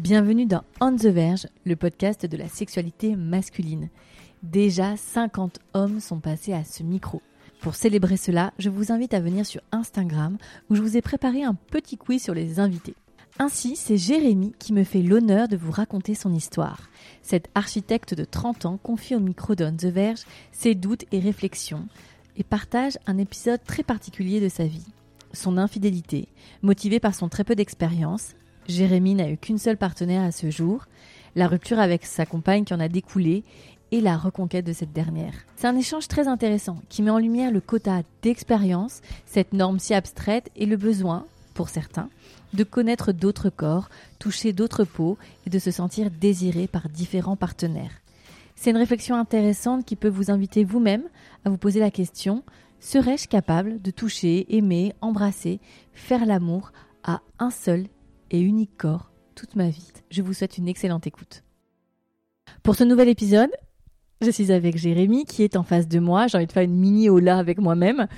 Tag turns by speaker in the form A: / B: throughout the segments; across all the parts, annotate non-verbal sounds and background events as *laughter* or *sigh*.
A: Bienvenue dans On the Verge, le podcast de la sexualité masculine. Déjà 50 hommes sont passés à ce micro. Pour célébrer cela, je vous invite à venir sur Instagram où je vous ai préparé un petit quiz sur les invités. Ainsi, c'est Jérémy qui me fait l'honneur de vous raconter son histoire. Cet architecte de 30 ans confie au micro d'On the Verge ses doutes et réflexions et partage un épisode très particulier de sa vie. Son infidélité, motivée par son très peu d'expérience, Jérémy n'a eu qu'une seule partenaire à ce jour, la rupture avec sa compagne qui en a découlé et la reconquête de cette dernière. C'est un échange très intéressant qui met en lumière le quota d'expérience, cette norme si abstraite et le besoin, pour certains, de connaître d'autres corps, toucher d'autres peaux et de se sentir désiré par différents partenaires. C'est une réflexion intéressante qui peut vous inviter vous-même à vous poser la question serais-je capable de toucher, aimer, embrasser, faire l'amour à un seul et unique corps toute ma vie. Je vous souhaite une excellente écoute. Pour ce nouvel épisode, je suis avec Jérémy qui est en face de moi. J'ai envie de faire une mini hola avec moi-même.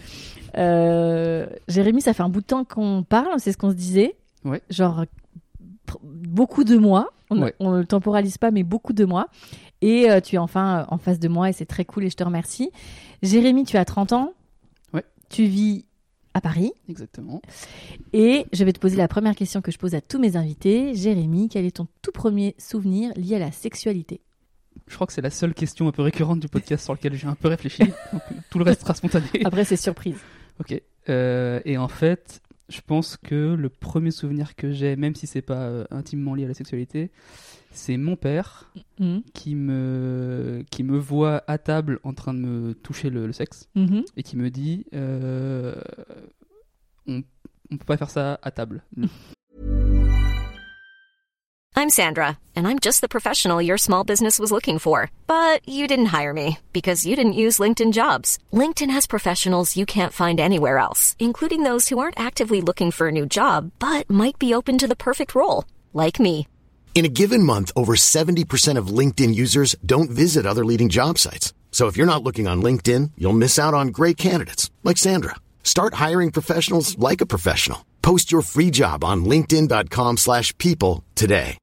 A: Euh, Jérémy, ça fait un bout de temps qu'on parle, c'est ce qu'on se disait.
B: Ouais.
A: Genre pr- beaucoup de mois. On,
B: Ouais.
A: on ne le temporalise pas, mais beaucoup de mois. Et euh, tu es enfin euh, en face de moi et c'est très cool et je te remercie. Jérémy, tu as 30 ans.
B: Ouais.
A: Tu vis à Paris.
B: Exactement.
A: Et je vais te poser la première question que je pose à tous mes invités. Jérémy, quel est ton tout premier souvenir lié à la sexualité
B: Je crois que c'est la seule question un peu récurrente du podcast sur laquelle j'ai un peu réfléchi. Donc, tout le reste sera spontané.
A: Après, c'est *laughs* surprise.
B: ok. Euh, et en fait, je pense que le premier souvenir que j'ai, même si c'est pas euh, intimement lié à la sexualité, c'est mon père
A: Mhm.
B: qui me qui me voit à table en train de me toucher le, le sexe
A: Mhm.
B: et qui me dit euh, on on peut pas faire ça à table.
C: I'm Sandra, and I'm just the professional your small business was looking for. But you didn't hire me because you didn't use LinkedIn jobs. LinkedIn has professionals you can't find anywhere else, including those who aren't actively looking for a new job but might be open to the perfect role, like me.
D: In a given month, over 70% of LinkedIn users don't visit other leading job sites. So if you're not looking on LinkedIn, you'll miss out on great candidates like Sandra. Start hiring professionals like a professional. Post your free job on linkedin.com/people slash people today.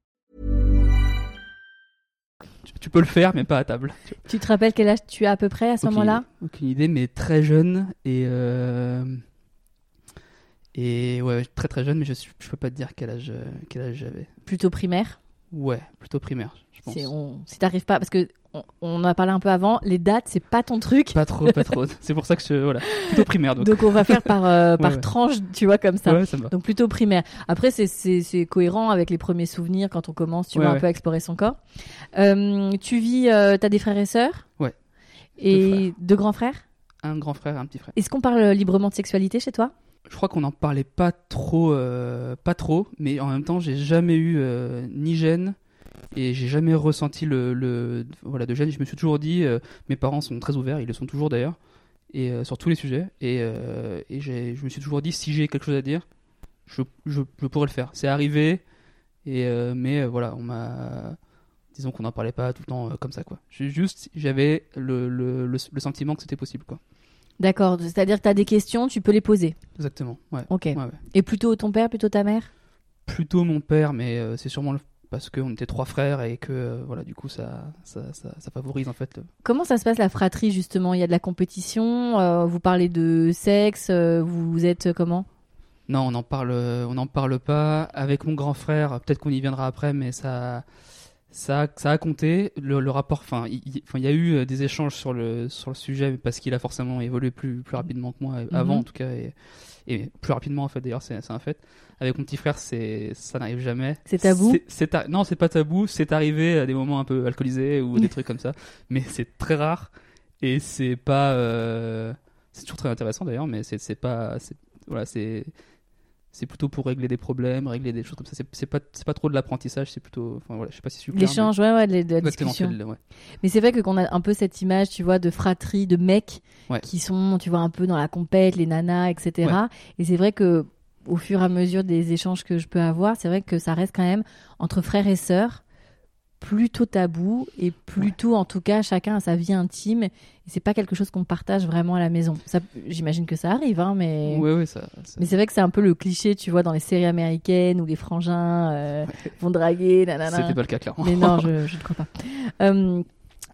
B: Tu, tu peux le faire mais pas à table.
A: Tu te rappelles quel âge tu as à peu près à ce
B: Aucune
A: moment-là
B: idée. Aucune idée, mais très jeune et euh, et ouais, très très jeune, mais je suis- je peux pas te dire quel âge euh, quel âge j'avais.
A: Plutôt primaire
B: Ouais, plutôt primaire, je pense.
A: Si, on... si t'arrives pas, parce que on, on en a parlé un peu avant, les dates, c'est pas ton truc.
B: Pas trop, pas
A: *laughs*
B: trop. C'est pour ça que je voilà, plutôt primaire donc.
A: donc. on va faire par, euh, par
B: *laughs* ouais.
A: tranche, tu vois, comme ça.
B: ouais, ça me va.
A: Donc plutôt primaire. Après, c'est- c'est c'est cohérent avec les premiers souvenirs quand on commence, tu
B: Ouais,
A: vois, un
B: ouais.
A: peu à explorer son corps. Euh, tu vis, euh, t'as des frères et sœurs
B: Ouais.
A: Et deux grands frères
B: Un grand frère, un petit frère.
A: Est-ce qu'on parle euh, librement de sexualité chez toi
B: Je crois qu'on n'en parlait pas trop, euh, pas trop, mais en même temps, j'ai jamais eu euh, ni gêne et j'ai jamais ressenti le, le- voilà de gêne. Je me suis toujours dit, euh, mes parents sont très ouverts, ils le sont toujours d'ailleurs, et euh, sur tous les sujets. Et, euh, et j'ai- je me suis toujours dit, si j'ai quelque chose à dire, je, je, je pourrais le faire. C'est arrivé, et euh, mais euh, voilà, on m'a, disons qu'on n'en parlait pas tout le temps euh, comme ça quoi. J'ai Juste, j'avais le, le, le, le sentiment que c'était possible quoi.
A: D'accord, c'est-à-dire que tu as des questions, tu peux les poser.
B: Exactement. Ouais.
A: Ok.
B: Ouais, ouais.
A: Et plutôt ton père, plutôt ta mère
B: plutôt mon père, mais euh, c'est sûrement le- parce qu'on était trois frères et que euh, voilà, du coup, ça, ça, ça, ça favorise en fait. le-
A: Comment ça se passe la fratrie justement Il y a de la compétition, euh, vous parlez de sexe, euh, vous êtes comment
B: Non, on n'en parle, euh, on n'en parle pas. Avec mon grand frère, peut-être qu'on y viendra après, mais ça, ça, ça a compté. Le, le rapport, enfin, il, il- enfin, il y a eu euh, des échanges sur le sur le sujet mais parce qu'il a forcément évolué plus plus rapidement que moi euh, avant
A: Mhm.
B: en tout cas et, et plus rapidement en fait. D'ailleurs, c'est c'est un fait. Avec mon petit frère, c'est ça n'arrive jamais.
A: C'est tabou
B: C'est- c'est ar- Non, c'est pas tabou. C'est arrivé à des moments un peu alcoolisés
A: *laughs*
B: ou des trucs comme ça, mais c'est très rare et c'est pas. euh, C'est toujours très intéressant d'ailleurs, mais c'est c'est pas. c'est- Voilà, c'est c'est plutôt pour régler des problèmes, régler des choses comme ça. C'est- C'est pas c'est pas trop de l'apprentissage, c'est plutôt. Enfin voilà, je sais pas si super.
A: L'échange, ouais, ouais, de, la- de la
B: Exactement,
A: discussion.
B: c'est le- ouais.
A: Mais c'est vrai que qu'on a un peu cette image, tu vois, de fratrie, de mecs
B: Ouais.
A: qui sont, tu vois, un peu dans la compète, les nanas, etc.
B: Ouais.
A: Et c'est vrai que au fur et à mesure des échanges que je peux avoir, c'est vrai que ça reste quand même entre frères et sœurs plutôt tabou et plutôt, en tout cas, chacun a sa vie intime. Et c'est pas quelque chose qu'on partage vraiment à la maison. Ça, j'imagine que ça arrive, hein, mais.
B: Ouais, ouais, ça. ça-
A: Mais c'est vrai que c'est un peu le cliché, tu vois, dans les séries américaines où les frangins euh, vont draguer, nanana.
B: C'était pas le cas, clairement.
A: Mais non, je, je ne crois pas. Euh,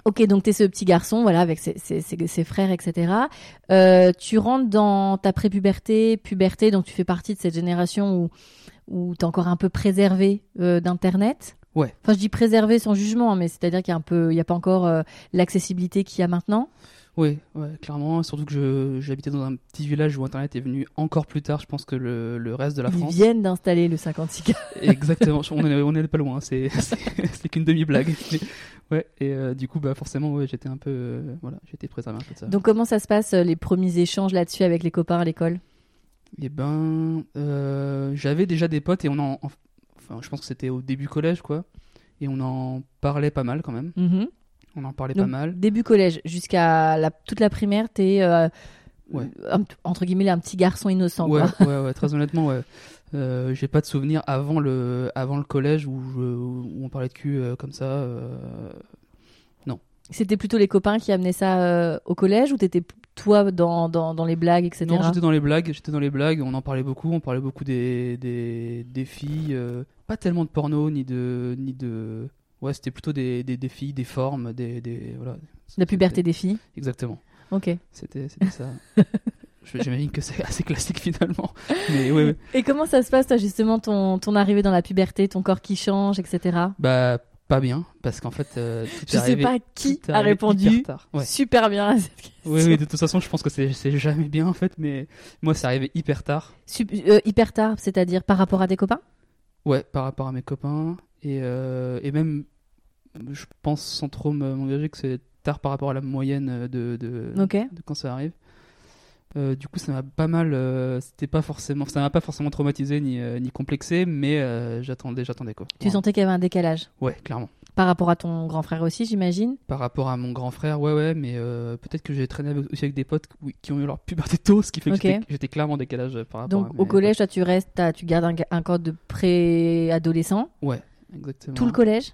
A: ok, donc tu es ce petit garçon, voilà, avec ses, ses- ses- ses frères, etc. Euh, tu rentres dans ta prépuberté, puberté, donc tu fais partie de cette génération où, où tu es encore un peu préservé euh, d'Internet.
B: Ouais.
A: Enfin, je dis préservé sans jugement, hein, mais c'est-à-dire qu'il y a un peu, il n'y a pas encore euh, l'accessibilité qu'il y a maintenant.
B: Oui, *laughs* ouais, clairement. Surtout que je- j'habitais dans un petit village où Internet est venu encore plus tard, je pense, que le, le reste de la
A: Ils
B: France.
A: viennent d'installer le 56K.
B: *laughs* Exactement, on est, on est pas loin, c'est *laughs* c'est- c'est
A: *laughs*
B: qu'une demi-blague. Mais, Ouais, et euh, du coup, bah, forcément, ouais, j'étais un peu. euh, voilà, j'étais préservé un peu de ça.
A: Donc comment ça se passe euh, les premiers échanges là-dessus avec les copains à l'école
B: Eh ben, euh, j'avais déjà des potes et on en. Enfin, je pense que c'était au début collège, quoi. Et on en parlait pas mal quand même.
A: Mhm.
B: On en parlait
A: Donc,
B: pas mal.
A: Début collège jusqu'à la, toute la primaire, t'es euh,
B: Ouais.
A: un- entre guillemets un petit garçon innocent.
B: Ouais,
A: quoi.
B: ouais, ouais, très honnêtement, ouais. Euh, j'ai pas de souvenir avant le, avant le collège où, je- où on parlait de cul euh, comme ça. euh,
A: C'était plutôt les copains qui amenaient ça euh, au collège ou t'étais p- toi dans, dans, dans les blagues, etc.
B: Non, j'étais dans les blagues, j'étais dans les blagues, on en parlait beaucoup, on parlait beaucoup des, des, des filles, euh, pas tellement de porno, ni de... Ni de... Ouais, c'était plutôt des, des, des filles, des formes, des... des voilà.
A: La puberté des filles.
B: C'était- Exactement,
A: Ok.
B: c'était
A: *laughs*
B: c'était ça. Je- J'imagine que c'est assez classique finalement, mais ouais, ouais.
A: Et comment ça se passe, toi, justement, ton, ton arrivée dans la puberté, ton corps qui change, etc.
B: Bah, pas bien, parce qu'en fait... euh, tout
A: Je
B: est
A: sais
B: arrivé-
A: pas
B: tout
A: qui
B: est
A: a
B: arrivé hyper
A: répondu
B: tard. Ouais.
A: super bien à cette question.
B: Oui, oui, de toute façon, je pense que c'est c'est jamais bien en fait, mais moi, c'est arrivé hyper tard.
A: Sup- euh, hyper tard, c'est-à-dire par rapport à des copains
B: Ouais, par rapport à mes copains. Et, euh, et même, je pense sans trop me- m'engager que c'est tard par rapport à la moyenne euh, de, de,
A: Ok.
B: de quand ça arrive. Euh, du coup, ça m'a pas mal. euh, C'était pas forcément, ça m'a pas forcément traumatisé ni, euh, ni complexé, mais euh, j'attendais, j'attendais quoi.
A: Tu sentais qu'il y avait un décalage
B: Ouais, clairement.
A: par rapport à ton grand frère aussi, j'imagine.
B: Par rapport à mon grand frère, ouais, ouais, mais euh, peut-être que j'ai traîné avec- aussi avec des potes qui- qui ont eu leur puberté tôt, ce qui fait que
A: Ok.
B: j'étais- j'étais clairement en décalage euh, par rapport à
A: Donc
B: mes
A: au
B: potes.
A: collège, toi, tu restes, t'as- tu gardes un, un corps de pré-adolescent.
B: Exactement.
A: Tout le collège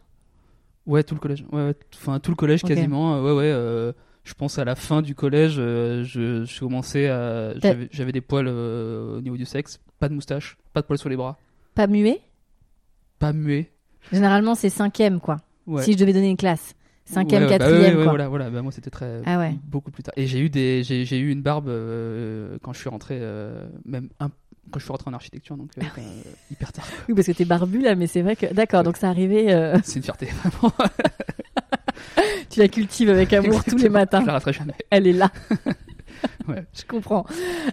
B: Ouais, tout le collège. Ouais, ouais. Enfin, tout le collège
A: Ok.
B: quasiment. Euh, Ouais, ouais. euh, je pense à la fin du collège, euh, je, je commençais à.
A: T'as-
B: J'avais j'avais des poils euh, au niveau du sexe, pas de moustache, pas de poils sur les bras,
A: Pas muet
B: pas muet.
A: Généralement, c'est cinquième, quoi.
B: Ouais.
A: Si je devais donner une classe. Cinquième,
B: Ouais, ouais, bah ouais,
A: quatrième,
B: ouais,
A: quoi.
B: voilà, voilà. Bah, moi, c'était très.
A: Ah ouais.
B: Beaucoup plus tard. Et j'ai eu, des, j'ai, j'ai eu une barbe euh, quand je suis rentré, euh, même un- quand je suis rentré en architecture, donc euh,
A: Ah
B: quand- euh, hyper tard. *laughs*
A: Oui, parce que t'es barbu, là, mais c'est vrai que... D'accord, donc ça arrivait... euh, *laughs*
B: C'est une fierté, vraiment.
A: tu la cultives avec amour tous les
B: Exactement.
A: matins.
B: Je la raterai jamais.
A: Elle est là.
B: *laughs* Ouais.
A: Je comprends.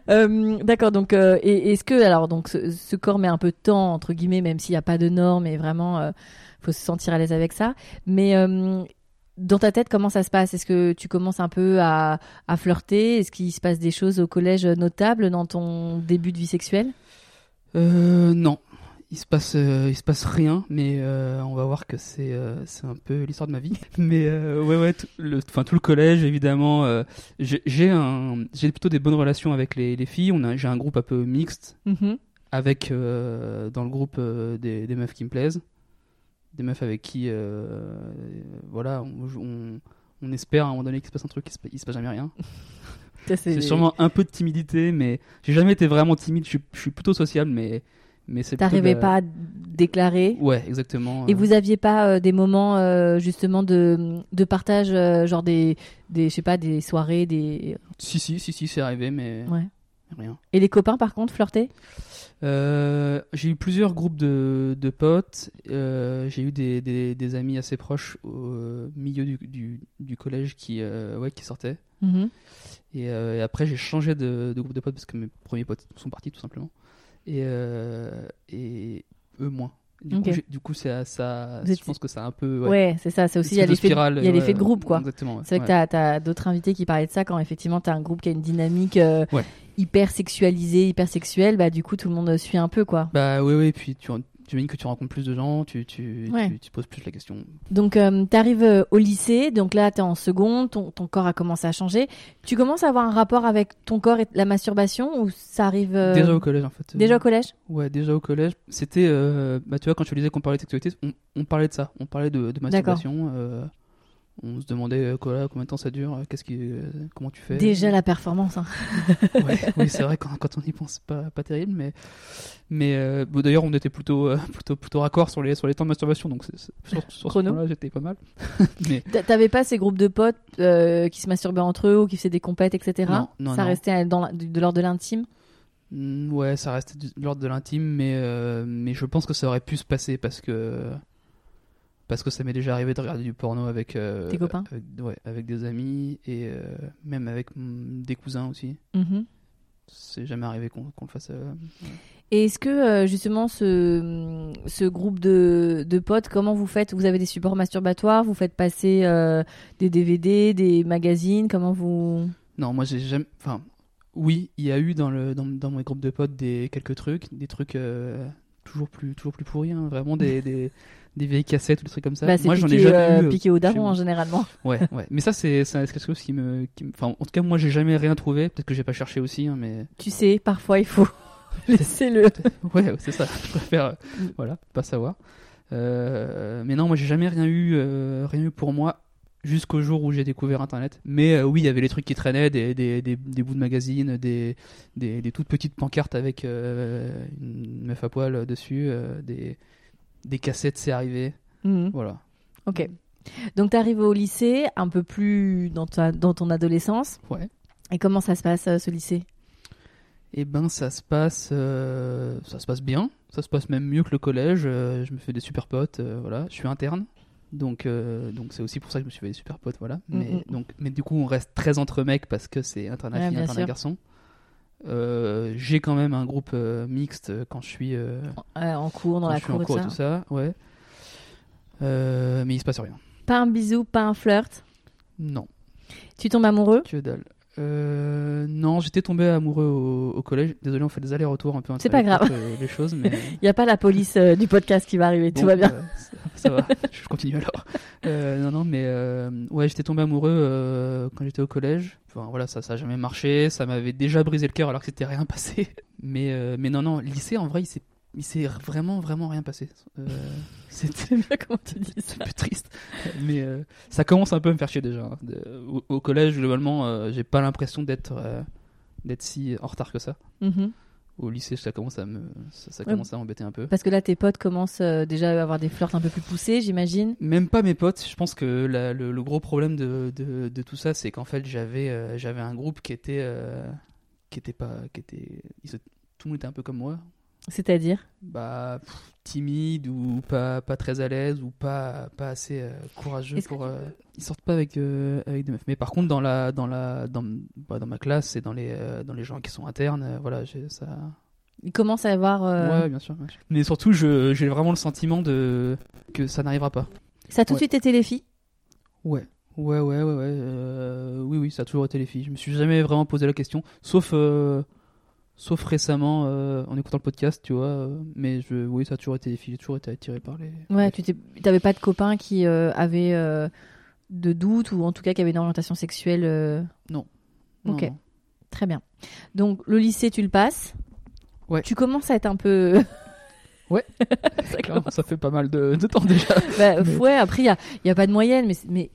A: Euh, D'accord, donc euh, et- est-ce que... Alors, donc, ce, ce corps met un peu de temps, entre guillemets, même s'il n'y a pas de normes, et vraiment, euh, faut se sentir à l'aise avec ça. Mais... euh, dans ta tête, comment ça se passe Est-ce que tu commences un peu à, à flirter Est-ce qu'il se passe des choses au collège notables dans ton début de vie sexuelle
B: Euh, non, il se passe, euh, il se passe rien, mais euh, on va voir que c'est, euh, c'est un peu l'histoire de ma vie. *laughs* Mais euh, ouais, ouais, tout le, enfin tout le collège évidemment. euh, j'ai, j'ai un, j'ai plutôt des bonnes relations avec les, les filles. On a, j'ai un groupe un peu mixte
A: Mhm.
B: avec euh, dans le groupe euh, des, des meufs qui me plaisent, des meufs avec qui, euh, voilà, on, on, on espère à un moment donné qu'il se passe un truc, il se, il se passe jamais rien.
A: Ça, c'est-
B: C'est sûrement un peu de timidité, mais j'ai jamais été vraiment timide. Je suis, je suis plutôt sociable, mais mais c'est. plutôt de
A: T'arrivais
B: la-
A: pas à déclarer
B: Ouais, exactement.
A: Et
B: euh,
A: vous aviez pas euh, des moments euh, justement de, de partage, euh, genre des, des, je sais pas, des soirées, des.
B: Si, si, si, si, c'est arrivé, mais
A: Ouais.
B: rien.
A: Et les copains par contre flirtaient
B: Euh, j'ai eu plusieurs groupes de, de potes. euh, j'ai eu des, des- des amis assez proches au euh, milieu du, du- du collège qui, euh, ouais, qui sortaient.
A: Mhm.
B: Et, euh, et après, j'ai changé de, de groupe de potes parce que mes premiers potes sont partis, tout simplement. Et, euh, et eux, moins. Du
A: Ok.
B: coup, j'ai- du coup, c'est à- ça,
A: Vous
B: je
A: étiez-
B: pense que c'est un peu.
A: Ouais,
B: ouais,
A: c'est ça. C'est
B: une
A: aussi il y a
B: espèce de
A: l'effet
B: spirale,
A: de, il y a l'effet
B: ouais,
A: de groupe quoi.
B: Exactement. ouais,
A: C'est vrai
B: ouais.
A: que t'as as, d'autres invités qui parlaient de ça quand effectivement t'as un groupe qui a une dynamique euh,
B: Ouais.
A: hyper sexualisée, hyper sexuelle, bah du coup tout le monde euh, suit un peu quoi.
B: Bah oui, oui, puis tu, J'imagine que tu rencontres plus de gens, tu, tu,
A: Ouais.
B: tu, tu poses plus la question.
A: Donc, tu arrives au lycée, donc là, tu es en seconde, ton, ton corps a commencé à changer. Tu commences à avoir un rapport avec ton corps et la masturbation ou ça arrive euh,
B: Déjà au collège, en fait.
A: déjà au collège
B: Ouais, déjà au collège, c'était, euh, bah, tu vois, quand je te disais qu'on parlait de sexualité, on, on parlait de ça, on parlait de, de masturbation, euh, on se demandait euh, quoi, là, combien de temps ça dure, euh, qu'est-ce qui, euh, comment tu fais.
A: Déjà la performance. hein.
B: Ouais, *laughs* oui, c'est vrai quand, quand on y pense, pas, pas terrible, mais, mais euh, bon, d'ailleurs, on était plutôt, euh, plutôt, plutôt raccord sur les, sur les temps de masturbation, donc c'est- c'est- sur, sur
A: Chrono.
B: ce là j'étais pas mal.
A: T'a- T'avais pas ces groupes de potes euh, qui se masturbaient entre eux ou qui faisaient des compètes, etc.
B: Non, non,
A: ça
B: non.
A: restait dans la- de, de l'ordre de l'intime.
B: Mm, Ouais, ça reste de l'ordre de l'intime, mais, euh, mais je pense que ça aurait pu se passer parce que. Parce que ça m'est déjà arrivé de regarder du porno avec. euh,
A: Tes copains
B: avec, Ouais, avec des amis et euh, même avec mm, des cousins aussi.
A: Mhm.
B: C'est jamais arrivé qu'on qu'on le fasse. euh,
A: Et est-ce que euh, justement ce, ce groupe de, de potes, comment vous faites Vous avez des supports masturbatoires Vous faites passer euh, des DVD, des magazines Comment vous
B: Non, moi j'ai jamais. Enfin, oui, il y a eu dans, le, dans, dans mes groupes de potes des quelques trucs, des trucs euh, toujours, plus, toujours plus pourris, hein, vraiment
A: *laughs*
B: des, des, des vieilles cassettes ou des trucs comme ça.
A: Bah, c'est
B: moi j'en ai
A: piqué,
B: jamais
A: euh,
B: eu. euh,
A: piqué au
B: chez
A: daron
B: moi.
A: hein, généralement.
B: Ouais, ouais. Mais ça, c'est c'est quelque chose qui me. qui me- Enfin, en tout cas, moi, j'ai jamais rien trouvé. Peut-être que j'ai pas cherché aussi, hein, mais.
A: Tu sais, parfois il faut *laughs* laisser le.
B: *laughs* Ouais, ouais, c'est ça. Je préfère, euh, voilà, pas savoir. Euh, mais non, moi, j'ai jamais rien eu, euh, rien eu pour moi jusqu'au jour où j'ai découvert Internet. Mais euh, oui, il y avait les trucs qui traînaient, des, des, des, des bouts de magazines, des, des, des toutes petites pancartes avec euh, une meuf à poil dessus, euh, des, des cassettes, c'est arrivé.
A: Mhm.
B: Voilà.
A: Ok. Donc tu arrives au lycée, un peu plus dans, ta- dans ton adolescence.
B: Ouais.
A: Et comment ça se passe euh, ce lycée
B: Eh ben ça se passe, euh, ça se passe bien, ça se passe même mieux que le collège. euh, je me fais des super potes, euh, voilà. Je suis interne, donc euh, donc c'est aussi pour ça que je me suis fait des super potes, voilà. Mais
A: Mm, mm.
B: donc mais du coup on reste très entre mecs parce que c'est internat
A: Ouais,
B: fille,
A: bien
B: internat
A: sûr.
B: garçon. Euh, J'ai quand même un groupe euh, mixte quand je suis euh,
A: Euh, En cours, dans
B: quand
A: la
B: je suis en
A: cour,
B: cours et
A: tout
B: tout
A: ça.
B: ça, ouais. Euh, mais il se passe rien.
A: Pas un bisou, pas un flirt.
B: Non,
A: Tu tombes amoureux
B: que dalle. Euh, non, j'étais tombé amoureux au, au collège. Désolé, on fait des allers-retours un peu. entre
A: C'est pas
B: les-
A: grave.
B: entre les
A: *laughs*
B: choses, mais.
A: Il n'y a pas la police euh, du podcast qui va arriver, tout
B: Bon,
A: va bien. *laughs*
B: euh, ça, ça va, je continue alors. Euh, non, non, mais euh, ouais, j'étais tombé amoureux euh, quand j'étais au collège. Enfin, voilà, ça, ça a jamais marché. Ça m'avait déjà brisé le cœur alors que c'était rien passé. *laughs* Mais, euh, mais non, non, lycée, en vrai, il s'est, il s'est vraiment, vraiment rien passé. Euh, c'était *laughs*
A: J'aime bien comment tu dis ça.
B: c'est un peu triste. Mais euh, ça commence un peu à me faire chier déjà. hein. De- au, au collège, globalement, euh, j'ai pas l'impression d'être, euh, d'être si en retard que ça.
A: Mhm.
B: Au lycée, ça commence à me, ça, ça
A: Ouais.
B: commence à m'embêter un peu.
A: Parce que là, tes potes commencent euh, déjà à avoir des flirts un peu plus poussés, j'imagine.
B: Même pas mes potes. Je pense que la- le, le gros problème de, de- de tout ça, c'est qu'en fait, j'avais euh, j'avais un groupe qui était euh, qui était pas qui était ils se- tout le monde était un peu comme moi,
A: C'est-à-dire
B: bah pff, timide ou pas pas très à l'aise ou pas pas assez euh, courageux
A: Est-ce que
B: pour.
A: tu
B: euh, Ils sortent pas avec euh, avec des meufs. Mais par contre, dans la dans la dans, bah, dans ma classe et dans les euh, dans les gens qui sont internes, euh, voilà, j'ai ça.
A: Ils commencent à avoir. euh,
B: Ouais, bien sûr. bien sûr. Mais surtout, je- j'ai vraiment le sentiment de que ça n'arrivera pas.
A: Ça a tout de
B: Ouais.
A: suite été les filles
B: Ouais, ouais, ouais, ouais, ouais. euh, oui, oui, ça a toujours été les filles. Je me suis jamais vraiment posé la question, sauf, euh, sauf récemment euh, en écoutant le podcast, tu vois. euh, mais je, oui, ça a toujours été les filles. J'ai toujours été attiré par les.
A: Ouais, tu t'es- t'avais pas de copains qui euh, avaient euh, de doutes ou en tout cas qui avaient une orientation sexuelle euh,
B: Non,
A: ok. *laughs*
B: non.
A: Très bien. Donc le lycée, tu le passes.
B: Ouais.
A: Tu commences à être un peu. *laughs*
B: Ouais.
A: Ça
B: Clairement,
A: commence.
B: *laughs* ça fait pas mal de, de temps déjà.
A: Bah, Ouais. Après, il y a, y a pas de moyenne, mais, c'est- mais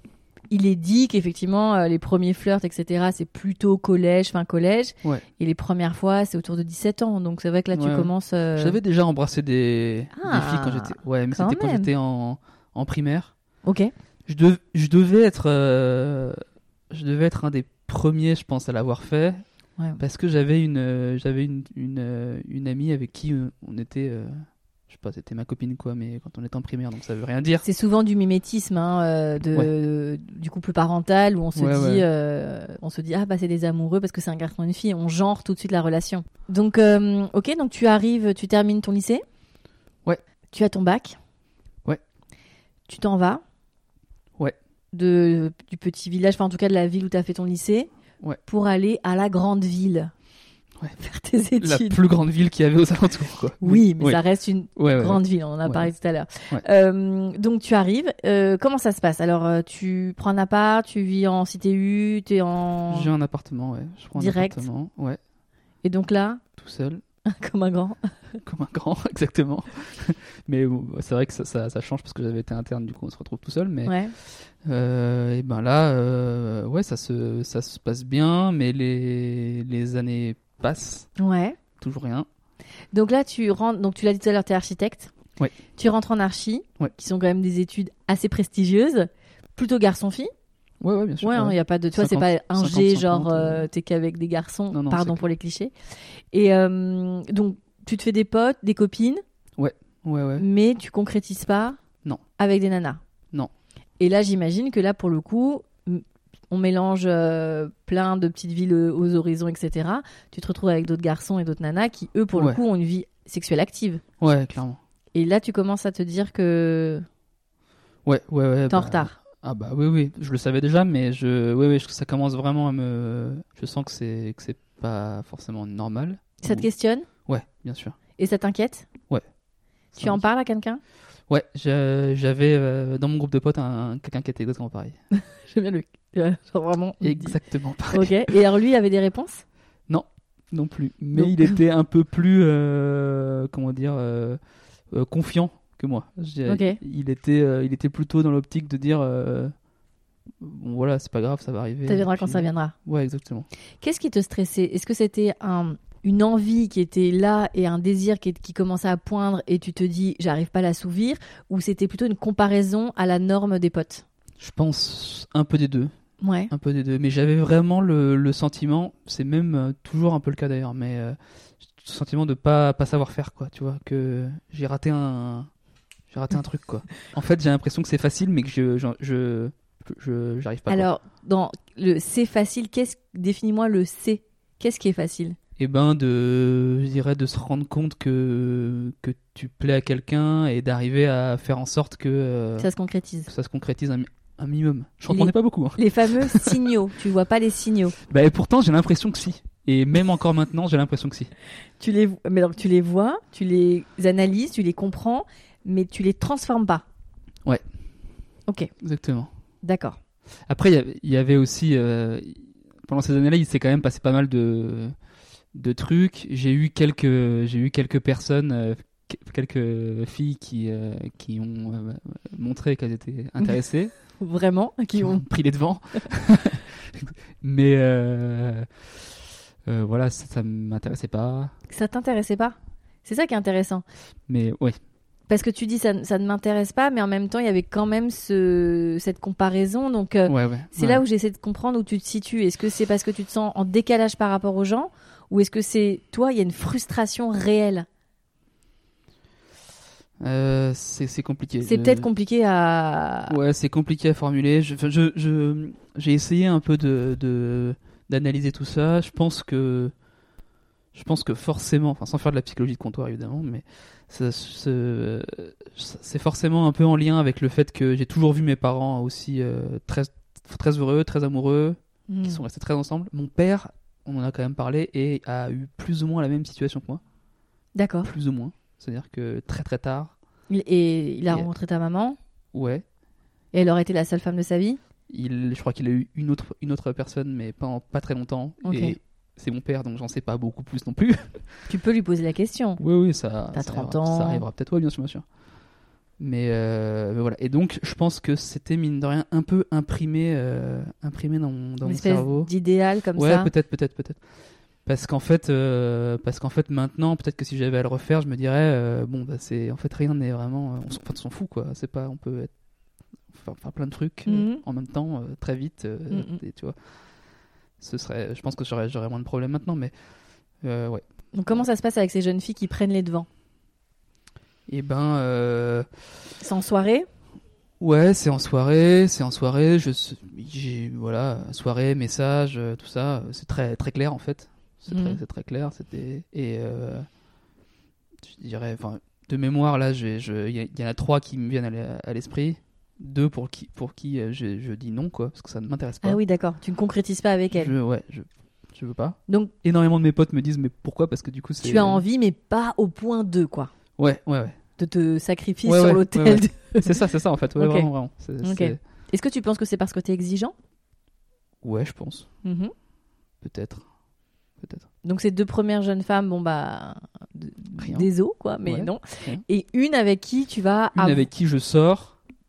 A: il est dit qu'effectivement euh, les premiers flirts, etc., c'est plutôt collège, fin collège.
B: Ouais.
A: Et les premières fois, c'est autour de 17 ans. Donc c'est vrai que là, tu
B: Ouais.
A: commences. euh,
B: J'avais déjà embrassé des,
A: Ah,
B: des filles quand j'étais. Ouais, mais
A: quand
B: c'était quand
A: même.
B: j'étais en, en primaire.
A: Ok.
B: Je, dev- je devais être, euh, je devais être un des premiers, je pense, à l'avoir fait.
A: Ouais.
B: Parce que j'avais une, euh, j'avais une, une, euh, une amie avec qui euh, on était, euh, je sais pas, c'était ma copine quoi, mais quand on était en primaire, donc ça veut rien dire.
A: C'est souvent du mimétisme hein, euh, de, du couple parental où on se
B: Ouais,
A: dit,
B: ouais.
A: euh, on se dit ah bah c'est des amoureux parce que c'est un garçon et une fille. On genre tout de suite la relation. Donc euh, ok, donc tu arrives, tu termines ton lycée.
B: Ouais.
A: Tu as ton bac.
B: Ouais.
A: Tu t'en vas.
B: Ouais.
A: De du petit village, enfin en tout cas de la ville où tu as fait ton lycée.
B: Ouais.
A: Pour aller à la grande ville.
B: Ouais.
A: faire tes études.
B: La plus grande ville qu'il y avait aux alentours, quoi.
A: *laughs* Oui, mais ça reste une
B: Ouais, ouais,
A: grande ville, on en a
B: Ouais.
A: parlé tout à l'heure.
B: Ouais.
A: Euh, donc tu arrives, euh, comment ça se passe Alors euh, tu prends un appart, tu vis en CTU, tu es en...
B: J'ai un appartement, ouais. Je prends
A: Direct.
B: un appartement, ouais,
A: Et donc là, *laughs*
B: tout seul, *laughs*
A: comme un grand,
B: comme un grand, *laughs* exactement. mais bon, bah, c'est vrai que ça, ça, ça change parce que j'avais été interne, du coup, on se retrouve tout seul. Mais
A: ouais.
B: euh, et ben là, euh, ouais, ça se, ça se passe bien, mais les, les années passent,
A: ouais.
B: toujours rien.
A: Donc là, tu rentres, donc tu l'as dit tout à l'heure, tu es architecte.
B: Ouais.
A: Tu rentres en archi,
B: Ouais.
A: qui sont quand même des études assez prestigieuses, plutôt garçon-fille.
B: Ouais, ouais, bien sûr.
A: Ouais, il
B: ouais.
A: y a pas de, tu vois, c'est
B: 50,
A: pas un G
B: 50,
A: genre
B: euh,
A: euh, t'es qu'avec des garçons.
B: Non, non,
A: Pardon
B: c'est
A: pour les clichés. Et euh, donc tu te fais des potes, des copines,
B: ouais, ouais.
A: mais tu concrétises pas.
B: Non.
A: Avec des nanas.
B: Non.
A: Et là, j'imagine que là, pour le coup. m- On mélange euh, plein de petites villes euh, aux horizons, etc. Tu te retrouves avec d'autres garçons et d'autres nanas qui, eux, pour le
B: Ouais.
A: coup, ont une vie sexuelle active.
B: Ouais, clairement.
A: Et là, tu commences à te dire que
B: Ouais, ouais, ouais.
A: t'es en
B: bah,
A: retard.
B: Ah bah oui, oui, je le savais déjà, mais je, oui, oui, je- ça commence vraiment à me, je sens que c'est, que c'est pas forcément normal.
A: Ça te questionne
B: Ouais, bien sûr.
A: et ça t'inquiète Tu
B: Ça
A: en
B: me-
A: parles à quelqu'un
B: Ouais, je- j'avais euh, dans mon groupe de potes un, quelqu'un qui était exactement pareil.
A: J'aime bien le. *laughs* Genre vraiment. il dit-
B: Exactement pareil.
A: Ok. Et alors, lui, il avait des réponses
B: Non plus. Mais
A: Non.
B: il était un peu plus, euh, comment dire, euh, euh, confiant que moi. Je-
A: Ok.
B: Il était, euh, il était plutôt dans l'optique de dire, euh, bon voilà, c'est pas grave, ça va arriver.
A: Ça viendra
B: Et
A: quand
B: puis-
A: ça viendra.
B: Ouais, exactement.
A: Qu'est-ce qui te stressait Est-ce que c'était un- une envie qui était là et un désir qui, qui commençait à poindre et tu te dis j'arrive pas à l'assouvir Ou c'était plutôt une comparaison à la norme des potes
B: Je pense un peu des deux.
A: Ouais.
B: Un peu des deux. Mais j'avais vraiment le, le sentiment, c'est même euh, toujours un peu le cas d'ailleurs, mais euh, le sentiment de pas, pas savoir faire, quoi, tu vois, que j'ai raté un. J'ai raté un truc, quoi. En fait, j'ai l'impression que c'est facile, mais que je. j'en- Je. Je. J'arrive pas.
A: Alors, dans le c'est facile, qu'est-ce définis-moi le c'est Qu'est-ce qui est facile
B: Et ben, de. Je dirais de se rendre compte que. Que tu plais à quelqu'un et d'arriver à faire en sorte que. euh,
A: Ça se concrétise.
B: que ça se concrétise un, mi- un minimum. Je
A: Les-
B: crois qu'on n'est pas beaucoup. hein.
A: Les fameux signaux. Tu vois pas les signaux.
B: Bah, et pourtant, j'ai l'impression que si. Et même encore maintenant, j'ai l'impression que si.
A: Tu les, mais donc tu les vois, tu les analyses, tu les comprends, mais tu les transformes pas.
B: Ouais.
A: Ok,
B: Exactement.
A: d'accord.
B: Après, il y avait- il y, avait aussi. euh, pendant ces années-là, il s'est quand même passé pas mal de, de trucs. J'ai eu quelques, j'ai eu quelques personnes, euh, que- quelques filles qui, euh, qui ont euh, montré qu'elles *laughs* étaient intéressées,
A: Vraiment, qui ont.
B: pris les devants. *laughs* Mais euh, euh, voilà, ça, ça m'intéressait pas.
A: Ça t'intéressait pas C'est ça qui est intéressant.
B: Mais ouais,
A: Parce que tu dis ça, ne- ça ne m'intéresse pas, mais en même temps, il y avait quand même ce, cette comparaison. Donc, euh,
B: ouais, ouais.
A: c'est là où j'essaie de comprendre où tu te situes. Est-ce que c'est parce que tu te sens en décalage par rapport aux gens Ou est-ce que c'est toi, il y a une frustration réelle
B: Euh, c'est c'est compliqué.
A: C'est
B: Je-
A: peut-être compliqué à.
B: Ouais, c'est compliqué à formuler. Je, enfin, je, je- j'ai essayé un peu de, de- d'analyser tout ça. Je pense que, je pense que forcément, enfin, sans faire de la psychologie de comptoir évidemment, mais ça se- ça- c'est forcément un peu en lien avec le fait que j'ai toujours vu mes parents aussi euh, très, très heureux, très amoureux,
A: Hmm.
B: qui sont restés très ensemble. Mon père, on en a quand même parlé, et a eu plus ou moins la même situation que moi,
A: D'accord.
B: plus ou moins. C'est-à-dire que très très tard,
A: Il- Et il a
B: Yeah.
A: rencontré ta maman
B: ouais.
A: Et elle aurait été la seule femme de sa vie
B: Il, je crois qu'il a eu une autre, une autre personne, mais pas, en- pas très longtemps.
A: Ok.
B: Et c'est mon père, donc j'en sais pas beaucoup plus non
A: *laughs*
B: plus.
A: Tu peux lui poser la question.
B: Oui, oui, ça,
A: T'as
B: ça
A: 30
B: arrivera-
A: ans.
B: ça arrivera peut-être, oui, bien sûr, bien sûr. Mais, euh, mais voilà. Et donc, je pense que c'était, mine de rien, un peu imprimé, euh, imprimé dans mon, dans
A: Une
B: mon
A: espèce
B: cerveau.
A: d'idéal comme
B: ouais,
A: ça.
B: peut-être, peut-être, peut-être. Parce qu'en fait, euh, parce qu'en fait, maintenant, peut-être que si j'avais à le refaire, je me dirais, euh, bon, bah, c'est, en fait, rien n'est vraiment, euh, on s'en enfin, on s'en fout, quoi. C'est pas, on peut être, faire, faire plein de trucs euh,
A: Mhm.
B: en même temps, euh, très vite, euh,
A: Mhm.
B: et tu vois. Ce serait, je pense que j'aurais, j'aurais moins de problèmes maintenant, mais euh, ouais.
A: Donc comment ça se passe avec ces jeunes filles qui prennent les devants
B: Et ben, euh,
A: C'est en soirée
B: ouais, c'est en soirée, c'est en soirée. Je, s- j'ai, voilà, soirée, message, euh, tout ça. euh, C'est très, très clair en fait. C'est
A: Mhm.
B: très, c'est très clair. C'était et euh, je dirais, enfin, de mémoire là, j'ai- je, il y, a- il y en a trois qui me viennent à l'e- à l'esprit. Deux pour qui, pour qui euh, je, je dis non quoi, parce que ça ne m'intéresse pas.
A: Ah oui, d'accord. Tu ne concrétises pas avec elles.
B: Je, ouais, je, je je veux pas.
A: Donc
B: Énormément de mes potes me disent mais pourquoi Parce que du coup c'est.
A: tu as envie, mais pas au point 2, quoi.
B: Ouais, ouais, ouais.
A: De te sacrifier
B: Ouais,
A: sur
B: ouais,
A: l'autel.
B: ouais, ouais.
A: de- *laughs*
B: C'est ça, c'est ça en fait. Ouais,
A: Ok.
B: vraiment, vraiment. C'est-
A: Ok.
B: c'est-
A: Est-ce que tu penses que c'est parce que t'es exigeant
B: Ouais, je pense.
A: Mhm.
B: Peut-être. Peut-être.
A: Donc ces deux premières jeunes femmes, bon bah d-
B: Rien.
A: des os quoi, mais
B: Ouais,
A: non.
B: rien.
A: Et une avec qui tu vas.
B: Une
A: av-
B: avec qui je sors.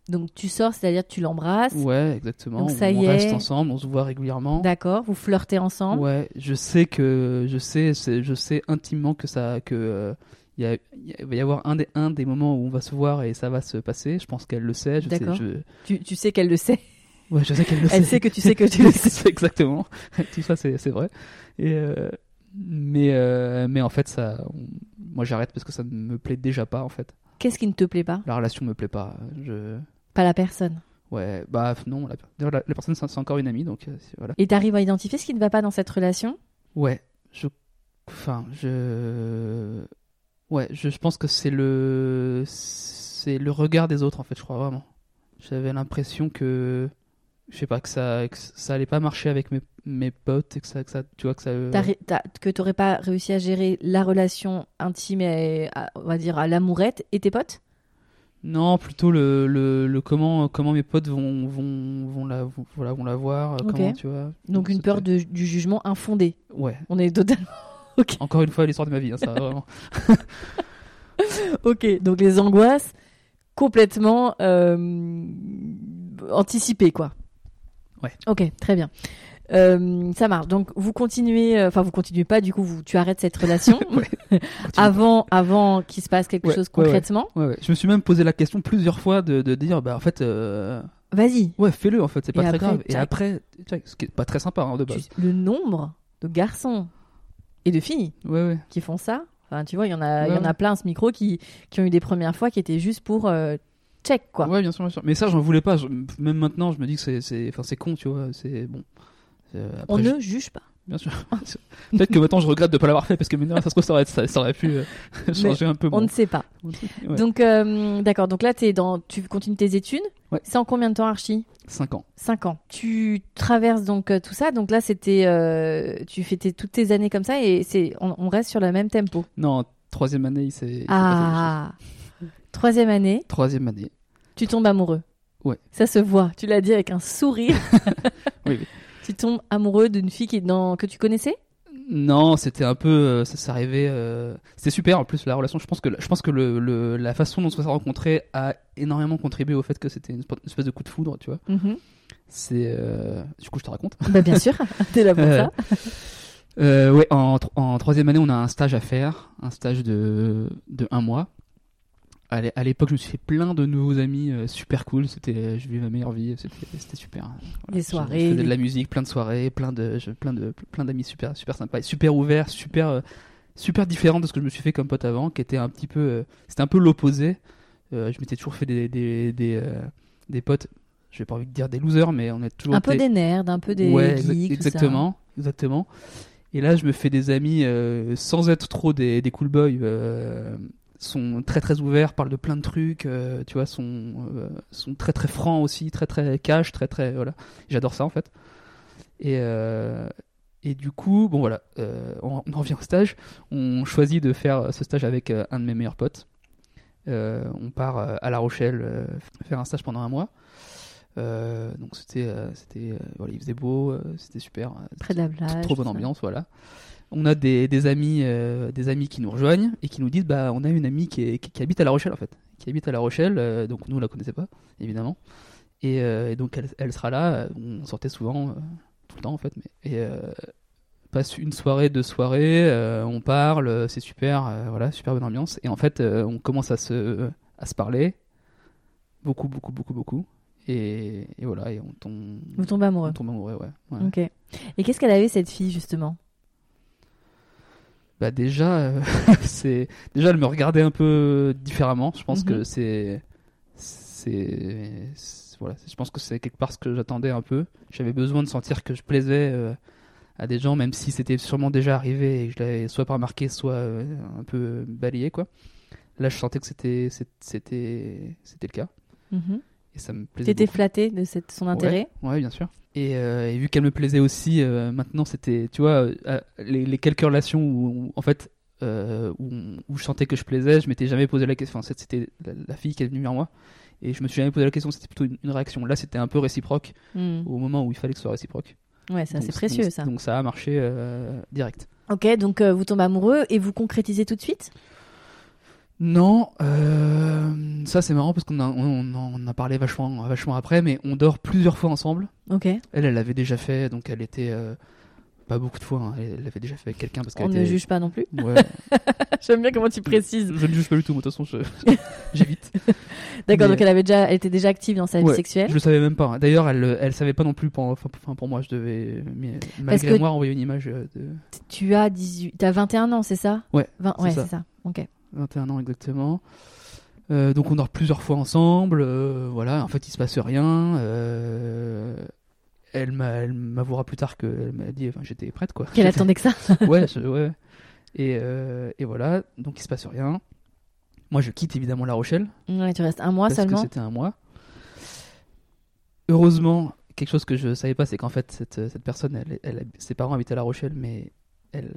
A: Donc tu sors, c'est-à-dire tu l'embrasses,
B: Ouais, exactement.
A: Donc, ça
B: on
A: y
B: reste
A: est.
B: ensemble, on se voit régulièrement.
A: d'accord, vous flirtez ensemble.
B: Ouais, je sais que je sais, c'est- je sais intimement que ça que euh, il y a- il y a- il va y avoir un des un des moments où on va se voir et ça va se passer. Je pense qu'elle le sait. Je sais,
A: D'accord.
B: je-
A: Tu, tu sais qu'elle le sait. *laughs*
B: Ouais, je sais qu'elle le
A: Elle sait
B: sait.
A: que tu
B: *laughs*
A: sais que tu le sais.
B: exactement. Tout ça, c'est c'est vrai. Et euh, mais euh, mais en fait, ça, on- moi, j'arrête parce que ça ne me plaît déjà pas en fait.
A: Qu'est-ce qui ne te plaît pas
B: La relation me plaît pas. Je
A: Pas la personne.
B: ouais, bah non. La, d'ailleurs, la, la personne, c'est c'est encore une amie, donc euh, c'est- voilà.
A: Et t'arrives à identifier ce qui ne va pas dans cette relation.
B: Ouais, je. Enfin, je. Ouais, je, je pense que c'est le. C'est le regard des autres, en fait, je crois vraiment. J'avais l'impression que. Je sais pas, que ça, que ça allait pas marcher avec mes, mes potes et que ça. Que ça tu vois, que ça. euh,
A: T'arri- t'as- que t'aurais pas réussi à gérer la relation intime et à- on va dire à l'amourette et tes potes.
B: Non, plutôt le, le, le comment, comment mes potes vont, vont, vont, la, vont- voilà, vont la voir, euh,
A: Ok.
B: comment, tu vois.
A: Donc une
B: c'était-
A: peur de- du jugement infondé.
B: Ouais,
A: On est totalement. ok.
B: encore une fois, l'histoire de ma vie,
A: *laughs*
B: hein, ça, vraiment.
A: Ok, donc les angoisses complètement euh, anticipées, quoi.
B: Ouais.
A: Ok, très bien. Euh, ça marche. Donc vous continuez, euh, enfin vous continuez pas. Du coup, vous, tu arrêtes cette relation
B: *laughs* Ouais.
A: Ah *laughs* avant, avant qu'il se passe quelque
B: Ouais,
A: chose
B: ouais, ouais.
A: concrètement.
B: Ouais, ouais. Je me suis même posé la question plusieurs fois de, de dire, bah, en fait. euh,
A: Vas-y.
B: Ouais, fais-le en fait, c'est
A: Et
B: pas
A: après,
B: très grave. Et
A: tac.
B: après, tac, ce qui est pas très sympa hein, de
A: Tu-
B: base.
A: Le nombre de garçons et de filles
B: Ouais, ouais.
A: qui font ça. Enfin, tu vois, il y en a, il y
B: Ouais,
A: en a plein à ce micro qui, qui ont eu des premières fois qui étaient juste pour euh, check, quoi.
B: Ouais, bien sûr, bien sûr. Mais ça, j'en voulais pas. Je- Même maintenant, je me dis que c'est, c'est, enfin, c'est con, tu vois. C'est bon. Euh, après,
A: On
B: je-
A: ne juge pas.
B: Bien sûr. Peut-être que maintenant, je regrette de pas l'avoir fait parce que maintenant, ça se trouve, ça aurait, ça, ça aurait pu
A: *laughs*
B: euh, changer un peu.
A: On
B: mon-
A: ne sait pas.
B: Ouais.
A: Donc, euh, d'accord. Donc là, es dans, tu continues tes études.
B: Ouais.
A: C'est en combien de temps, Archie
B: Cinq ans.
A: 5 ans. Tu traverses donc euh, tout ça. Donc là, c'était, euh, tu fais tes- toutes tes années comme ça et c'est, on, on reste sur le même tempo.
B: Non, en troisième année, il s'est. il s'est passé des choses.
A: Ah. Troisième année,
B: Troisième année.
A: tu tombes amoureux.
B: Ouais.
A: Ça se voit. Tu l'as dit avec un sourire.
B: *laughs* Oui, oui.
A: tu tombes amoureux d'une fille qui est dans, que tu connaissais.
B: Non, c'était un peu, euh, ça, ça arrivait. euh, C'était super en plus la relation. Je pense que, je pense que le, le- la façon dont on s'est rencontrés a énormément contribué au fait que c'était une sp- espèce de coup de foudre, tu vois. C'est euh, du coup je te raconte.
A: Bah bien
B: *laughs*
A: sûr. *laughs* T'es là pour
B: Euh,
A: ça.
B: *laughs* Euh, ouais, en, tro- en troisième année, on a un stage à faire, un stage de de un mois. À l'é- à l'époque, je me suis fait plein de nouveaux amis euh, super cool. C'était, je vivais ma meilleure vie. C'était, c'était super. hein.
A: Les
B: Je-
A: soirées,
B: Je faisais
A: les-
B: de la musique, plein de soirées, plein de, je- plein de, plein d'amis super, super sympas, et super ouverts, super, euh, super différents de ce que je me suis fait comme pote avant, qui était un petit peu, euh, c'était un peu l'opposé. Euh, je m'étais toujours fait des, des, des, euh, des potes. J'ai pas envie de dire des losers, mais on est toujours
A: Un peu
B: été-
A: des nerds, un peu des
B: ouais,
A: geeks,
B: exac-
A: tout ça.
B: exactement, exactement. Et là, je me fais des amis euh, sans être trop des, des cool boys. euh, sont très très ouverts, parlent de plein de trucs, euh, tu vois, sont euh, sont très très francs aussi, très très cash, très très voilà. J'adore ça en fait. Et euh, et du coup, bon voilà, euh, on, on en revient au stage. On choisit de faire euh, ce stage avec euh, un de mes meilleurs potes. Euh, on part euh, à La Rochelle euh, faire un stage pendant un mois. Euh, donc c'était, euh, c'était, euh, voilà, il faisait beau, euh, c'était super, euh,
A: Près de la plage.
B: trop bonne
A: tout Ah ça.
B: ambiance, voilà. On a des, des amis, euh, des amis qui nous rejoignent et qui nous disent, bah, on a une amie qui, est- qui- qui habite à La Rochelle en fait, qui habite à La Rochelle, euh, donc nous on la connaissait pas, évidemment. Et, euh, et donc elle, elle sera là. euh, On sortait souvent, euh, tout le temps en fait, mais et euh, passe une soirée, deux soirées, euh, on parle, euh, c'est super, euh, voilà, super bonne ambiance. Et en fait, euh, on commence à se à se parler, beaucoup, beaucoup, beaucoup, beaucoup. Et, et voilà, et on tombe,
A: Vous tombez
B: on
A: amoureux.
B: tombe amoureux, ouais. ouais.
A: Ok. Et qu'est-ce qu'elle avait cette fille justement
B: Bah déjà, euh, *laughs* c'est déjà elle me regardait un peu différemment. Je pense
A: Mhm.
B: que c'est c'est c'est- voilà, c'est- je pense que c'est quelque part ce que j'attendais un peu. J'avais besoin de sentir que je plaisais euh, à des gens, même si c'était sûrement déjà arrivé et que je l'avais soit pas remarqué, soit euh, un
A: Mhm.
B: peu balayé quoi. Là, je sentais que c'était c'est- c'était c'était le cas. Et ça me plaisait.
A: T'étais
B: beaucoup.
A: flatté de cette, son intérêt
B: Ouais, bien sûr. Et, euh, et vu qu'elle me plaisait aussi, euh, maintenant c'était, tu vois, euh, euh, les, les quelques relations où, où, en fait, euh, où, où je sentais que je plaisais, je m'étais jamais posé la question. Enfin, c'était- c'était la, la fille qui est venue vers moi, et je me suis jamais posé la question. C'était plutôt une, une réaction. Là, c'était un peu réciproque
A: Hmm.
B: au moment où il fallait que ce soit réciproque.
A: Ouais, ça
B: Donc,
A: c'est précieux
B: donc-
A: ça.
B: Donc ça a marché euh, direct.
A: Ok, donc euh, vous tombez amoureux et vous concrétisez tout de suite
B: Non, euh, ça c'est marrant parce qu'on a, on, on en a parlé vachement, vachement après, mais on dort plusieurs fois ensemble.
A: Ok.
B: Elle, elle l'avait déjà fait, donc elle était euh, pas beaucoup de fois. hein, Elle l'avait déjà fait avec quelqu'un parce
A: On
B: qu'elle
A: ne
B: était.
A: juge pas non plus.
B: Ouais,
A: *laughs* J'aime bien comment tu précises.
B: je ne juge pas du tout. moi, De toute façon,
A: *laughs*
B: je- j'évite.
A: D'accord,
B: Mais-
A: donc elle avait déjà, elle était déjà active dans sa vie
B: Ouais,
A: sexuelle.
B: Je le savais même pas. hein. D'ailleurs, elle, euh, elle savait pas non plus. Pour, enfin, pour- enfin, pour moi, je devais mais, malgré
A: que-
B: moi envoyer une image euh, de
A: Tu as 18, t'as 21 ans, c'est ça
B: Ouais,
A: Vingt-
B: c'est
A: ouais,
B: ça.
A: c'est ça. Ok.
B: 21 ans exactement. Euh, donc on dort plusieurs fois ensemble. euh, voilà. En fait, il se passe rien. euh, elle m'a- elle m'avouera plus tard qu'elle m'a dit. Enfin, j'étais prête quoi.
A: Qu'elle
B: J'étais-
A: attendait que ça.
B: ouais, je- ouais. Et, euh, et voilà, donc il se passe rien. Moi, je quitte évidemment La Rochelle
A: Mmh, Ouais, tu restes un mois
B: parce que
A: Ah, seulement.
B: c'était un mois. Heureusement, quelque chose que je savais pas, c'est qu'en fait, cette, cette personne, elle, elle- ses parents habitent à La Rochelle, mais elle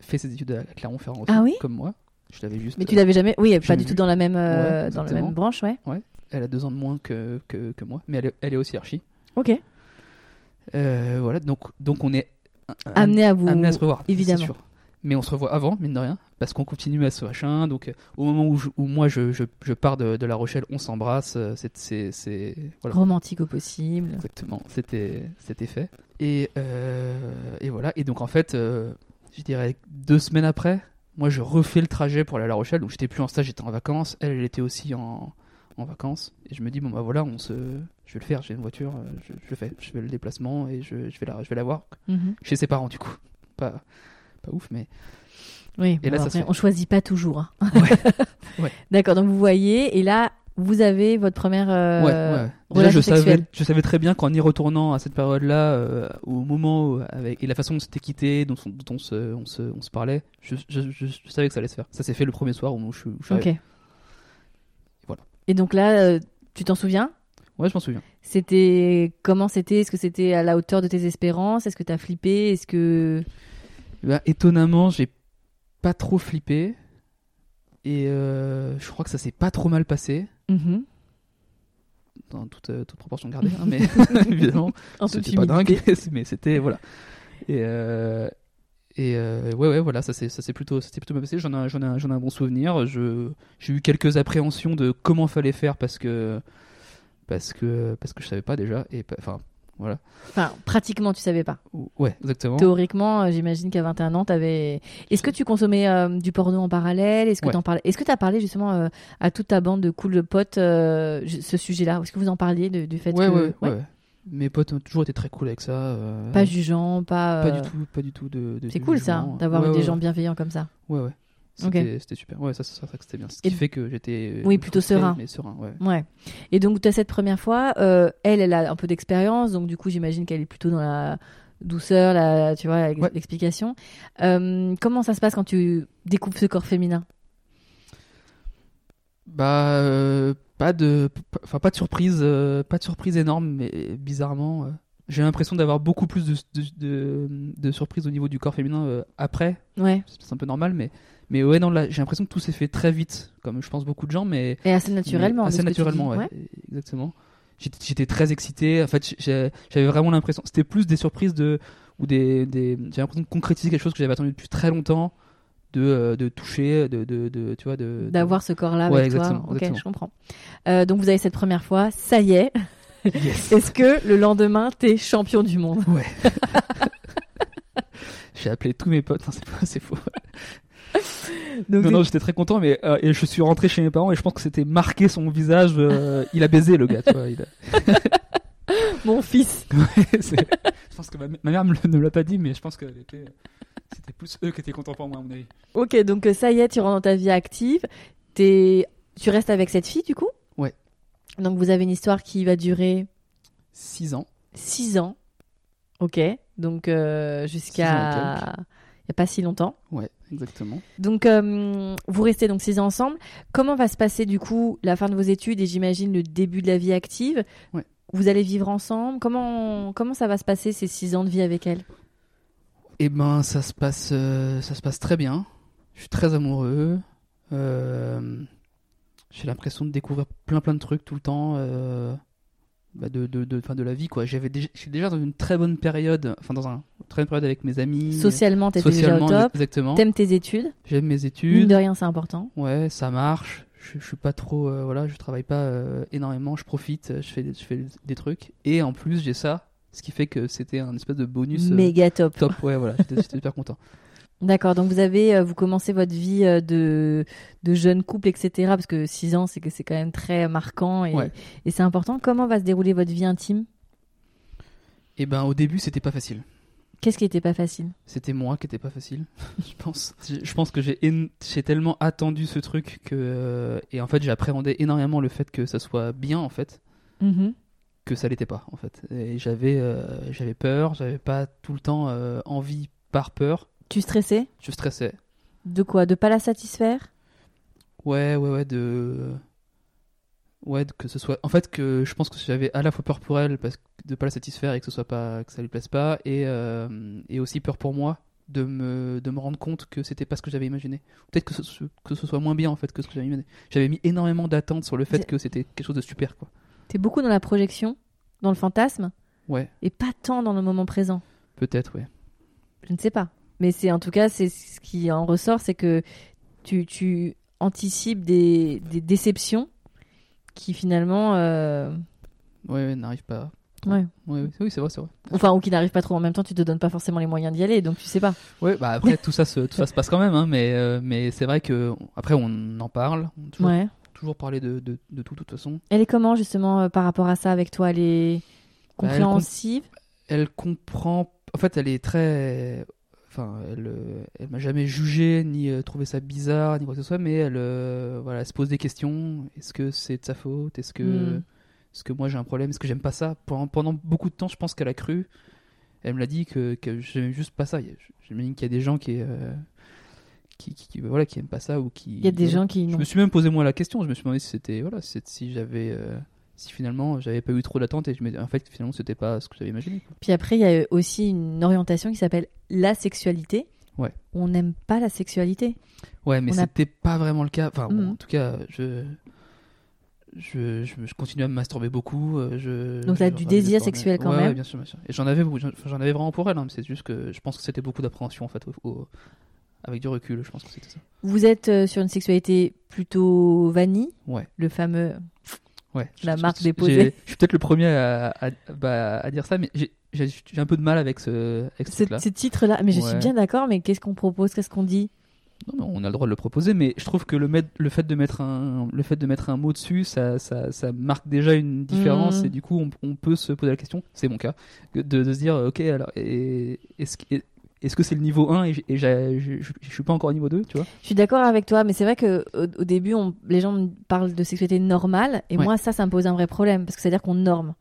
B: fait ses études à Clermont-Ferrand aussi,
A: Ah oui
B: comme moi. Je l'avais juste. euh,
A: Mais tu l'avais jamais. Oui, pas
B: Jamais
A: du
B: vu.
A: tout dans la même, euh,
B: Ouais,
A: dans la
B: exactement.
A: même branche, ouais.
B: Elle a deux ans de moins que, que, que moi, mais elle, est- elle est aussi archi.
A: Ok.
B: Euh, voilà, donc, donc on est
A: Amené à vous.
B: amené à se revoir. c'est
A: évidemment.
B: sûr. Mais on se revoit avant, mine de rien, parce qu'on continue à ce machin. Donc, euh, au moment où, je- où moi je, je- je pars de, de La Rochelle, on s'embrasse. euh, C'est, c'est, c'est- voilà,
A: Romantique au possible.
B: exactement. C'était, c'était fait. Et, euh, et voilà. Et donc, en fait, euh, je dirais deux semaines après, moi je refais le trajet pour aller à La Rochelle. Donc, j'étais plus en stage, j'étais en vacances. Elle, elle était aussi en, en vacances. Et je me dis, bon, bah voilà, on se, je vais le faire. J'ai une voiture, euh, je, je le fais. Je fais le déplacement et je, je vais la, je vais la voir
A: Mhm.
B: chez ses parents, du coup. Pas, pas ouf, mais.
A: Oui.
B: Et
A: bon,
B: là, ça
A: après,
B: se fait.
A: on choisit pas toujours. hein. *laughs*
B: Ouais.
A: D'accord. Donc vous voyez, et là, vous avez votre première euh,
B: Ouais, ouais. Déjà,
A: relation
B: je savais,
A: sexuelle.
B: je savais très bien qu'en y retournant à cette période-là, euh, au moment où- avec, et la façon dont on s'était quitté, dont, on- dont on, se, on, se, on se parlait, je, je- je- je savais que ça allait se faire. Ça s'est fait le premier soir où je, où je suis
A: Ok.
B: arrivé. Voilà.
A: Et donc là, euh, tu t'en souviens
B: Ouais, je m'en souviens.
A: C'était comment c'était Est-ce que c'était à la hauteur de tes espérances Est-ce que t'as flippé Est-ce que
B: Eh ben, étonnamment, j'ai pas trop flippé. Et euh, je crois que ça s'est pas trop mal passé,
A: Mhm.
B: dans toute, euh, toute proportion gardée, hein,
A: *laughs*
B: mais *laughs* évidemment.
A: En toute
B: c'était pas dingue,
A: humilité.
B: *laughs* mais c'était voilà. Et euh, et euh, ouais ouais voilà, ça c'est ça c'est plutôt ça s'est plutôt bien passé. J'en ai j'en ai un- j'en ai un bon souvenir. Je j'ai eu quelques appréhensions de comment fallait faire parce que parce que parce que je savais pas déjà et pas- enfin voilà.
A: Enfin, pratiquement, tu savais pas.
B: Ouais, exactement.
A: Théoriquement, euh, j'imagine qu'à 21 ans, t'avais. Est-ce que tu consommais euh, du porno en parallèle Est-ce que
B: Ouais.
A: t'en parlais Est-ce que t'as parlé justement euh, à toute ta bande de cool potes euh, ju- ce sujet-là Est-ce que vous en parliez de- du fait
B: Ouais,
A: que
B: ouais, ouais, ouais. Mes potes ont toujours été très cool avec ça. euh,
A: pas jugeant, pas.
B: pas
A: euh,
B: du tout, pas du tout de. de
A: C'est cool ça,
B: jugement.
A: d'avoir
B: Ouais,
A: eu des
B: ouais,
A: gens bienveillants comme ça.
B: Ouais ouais. C'était c'était super. Ouais, ça c'est ça que c'était bien. Ce qui
A: Et-
B: fait que j'étais
A: Oui, plutôt
B: frustré,
A: serein.
B: Mais serein, ouais.
A: Ouais. Et donc, tu as cette première fois, euh, elle, elle a un peu d'expérience, donc du coup, j'imagine qu'elle est plutôt dans la douceur, la, tu vois,
B: Ouais.
A: l'explication. Euh, comment ça se passe quand tu découpes ce corps féminin
B: Bah, euh, pas de, p- enfin pas de surprise, euh, pas de surprise énorme, mais bizarrement, euh, j'ai l'impression d'avoir beaucoup plus de, de, de, de surprises au niveau du corps féminin euh, après.
A: Ouais.
B: C'est un peu normal, mais mais ouais non, là j'ai l'impression que tout s'est fait très vite, comme je pense beaucoup de gens, mais
A: Et assez naturellement.
B: mais
A: de
B: assez
A: ce que tu
B: naturellement,
A: dis.
B: ouais, exactement. J'étais- J'étais très excité. En fait, j'ai- j'avais vraiment l'impression, c'était plus des surprises de ou des, des j'ai l'impression de concrétiser quelque chose que j'avais attendu depuis très longtemps, de, euh, de toucher, de, de, de- tu vois, de de-
A: D'avoir ce corps-là
B: Ouais,
A: avec toi.
B: exactement,
A: Ok,
B: exactement.
A: je comprends. Euh, donc, vous avez cette première fois, ça y est.
B: *laughs*
A: *laughs*
B: Yes.
A: Est-ce que le lendemain, t'es champion du monde
B: Ouais. J'ai appelé tous mes potes, Non, c'est pas- *laughs* c'est faux.
A: Donc,
B: *laughs* non, non, j'étais très content, mais euh, et je suis rentré chez mes parents et je pense que c'était marqué son visage. euh, il a baisé le gars, tu vois. il a-
A: *laughs*
B: *laughs*
A: Mon fils.
B: c'est- je pense que ma, ma mère me le- ne me l'a pas dit, mais je pense que était... c'était plus eux qui étaient contents pour moi, à mon avis.
A: Ok, donc euh, ça y est, tu rentres dans ta vie active. T'es... Tu restes avec cette fille, du coup
B: Ouais.
A: Donc, vous avez une histoire qui va durer
B: 6 ans.
A: 6 ans. Ok, donc euh,
B: Six ans et
A: jusqu'à il n'y a pas si longtemps.
B: Ouais, exactement.
A: Donc, euh, vous restez donc six ans ensemble. Comment va se passer du coup la fin de vos études et j'imagine le début de la vie active
B: Ouais.
A: Vous allez vivre ensemble Comment, comment ça va se passer ces six ans de vie avec elle
B: Eh ben, ça se passe, euh, ça se passe très bien. Je suis très amoureux. Euh, j'ai l'impression de découvrir plein plein de trucs tout le temps, euh, bah, de de de, fin, de la vie quoi. J'avais, déjà- je suis déjà dans une très bonne période, enfin dans un une très bonne période avec mes amis,
A: Socialement, t'es déjà au
B: socialement
A: top.
B: exactement.
A: T'aimes tes études
B: J'aime mes
A: Mine
B: études.
A: de rien, c'est important.
B: Ouais, ça marche. Je, je suis pas trop, euh, voilà, je travaille pas euh, énormément, je profite, euh, je fais, des- je fais des trucs. Et en plus, j'ai ça, ce qui fait que c'était un espèce de bonus euh,
A: Méga top.
B: top. Ouais, voilà, j'étais j'étais super content.
A: D'accord, donc vous avez, euh, vous commencez votre vie euh, de, de jeune couple, etc. Parce que 6 ans, c'est que c'est quand même très marquant et,
B: Ouais.
A: et c'est important. Comment va se dérouler votre vie intime
B: Et ben, au début, c'était pas facile.
A: Qu'est-ce qui n'était pas facile
B: C'était moi qui était pas facile, *laughs* je pense. Je, je pense que j'ai éno- j'ai tellement attendu ce truc que euh, et en fait, j'appréhendais énormément le fait que ça soit bien en fait.
A: Mhm.
B: que ça l'était pas en fait. Et j'avais euh, j'avais peur, j'avais pas tout le temps euh, envie par peur,
A: Tu stressais
B: je stressais.
A: De quoi De pas la satisfaire
B: Ouais, ouais, ouais, de ouais de- que ce soit en fait que je pense que j'avais à la fois peur pour elle parce que de pas la satisfaire et que ce soit pas que ça lui plaise pas et euh, et aussi peur pour moi de me de me rendre compte que c'était pas ce que j'avais imaginé. Peut-être que ce, que ce soit moins bien en fait que ce que j'avais imaginé. J'avais mis énormément d'attentes sur le fait
A: C'est-
B: que c'était quelque chose de super quoi.
A: T'es beaucoup dans la projection, dans le fantasme
B: Ouais,
A: et pas tant dans le moment présent.
B: peut-être ouais.
A: Je ne sais pas. Mais c'est en tout cas, c'est ce qui en ressort, c'est que tu, tu anticipes des, des déceptions qui finalement, euh,
B: Ouais, ouais, n'arrive pas.
A: ouais.
B: Ouais, ouais. oui, c'est vrai, c'est vrai.
A: Enfin, ou qui n'arrivent pas trop en même temps, tu te donnes pas forcément les moyens d'y aller, donc tu sais pas.
B: Ouais, bah après tout ça se tout ça se passe quand même, hein, mais euh, mais c'est vrai que après on en parle, on a toujours,
A: Ouais.
B: toujours parler de, de, de tout de toute façon.
A: Elle est comment justement euh, par rapport à ça avec toi Elle est
B: Bah, elle
A: compréhensive
B: Elle comprend, en fait elle est très, enfin elle euh, elle m'a jamais jugé ni euh, trouvé ça bizarre ni quoi que ce soit, mais elle euh, voilà elle se pose des questions. Est-ce que c'est de sa faute Est-ce que
A: Hmm.
B: est-ce que moi j'ai un problème Est-ce que j'aime pas ça pendant, pendant beaucoup de temps, je pense qu'elle a cru. Elle me l'a dit que, que j'aimais juste pas ça. Il y a- J'imagine qu'il y a des gens qui, euh, qui, qui, qui- voilà qui aiment pas ça ou qui
A: Il y a des
B: voilà.
A: gens qui
B: Je
A: non.
B: me suis même posé moi la question. Je me suis demandé si c'était voilà, si, si j'avais, euh, si finalement j'avais pas eu trop d'attentes et je me en fait finalement c'était pas ce que j'avais imaginé. quoi.
A: Puis après, il y a euh, aussi une orientation qui s'appelle la sexualité.
B: Ouais.
A: On n'aime pas la sexualité.
B: Ouais, mais
A: On a-
B: c'était pas vraiment le cas. Enfin, bon,
A: Mhm.
B: en tout cas, je je, je, je continuais à me masturber beaucoup. euh, Je,
A: Donc t'as
B: je-
A: du
B: enfin,
A: désir
B: je-
A: sexuel quand
B: Ouais,
A: même.
B: Ouais, bien sûr, bien sûr. Et j'en avais, beaucoup- j'en j'en avais vraiment pour elle. hein, mais c'est juste que je pense que c'était beaucoup d'appréhension en fait, au- au- avec du recul. Je pense que c'était ça.
A: Vous êtes euh, sur une sexualité plutôt vanille,
B: Ouais.
A: le fameux.
B: Ouais,
A: La
B: je- je-
A: marque
B: je-
A: déposée.
B: j'ai- *laughs* Je suis peut-être le premier à, à- bah, à dire ça, mais j'ai j'ai- j'ai un peu de mal avec ce, avec ce
A: Ce,
B: truc-là.
A: ce titre-là, mais je suis
B: Ouais.
A: bien d'accord, mais qu'est-ce qu'on propose Qu'est-ce qu'on dit
B: Non, mais on a le droit de le proposer, mais je trouve que le, mettre- le, fait, de mettre un, le fait de mettre un mot dessus, ça, ça, ça marque déjà une différence,
A: Mhm.
B: et du coup, on, on peut se poser la question, c'est mon cas, de, de se dire, ok, alors, et- est-ce que- est-ce que c'est le niveau 1 et, j'- et j'ai- je je- je suis pas encore au niveau 2, tu vois
A: Je suis d'accord avec toi, mais c'est vrai que au, au début, on- les gens me parlent de sexualité normale, et
B: Ouais.
A: moi, ça, ça me pose un vrai problème, parce que c'est-à-dire qu'on norme.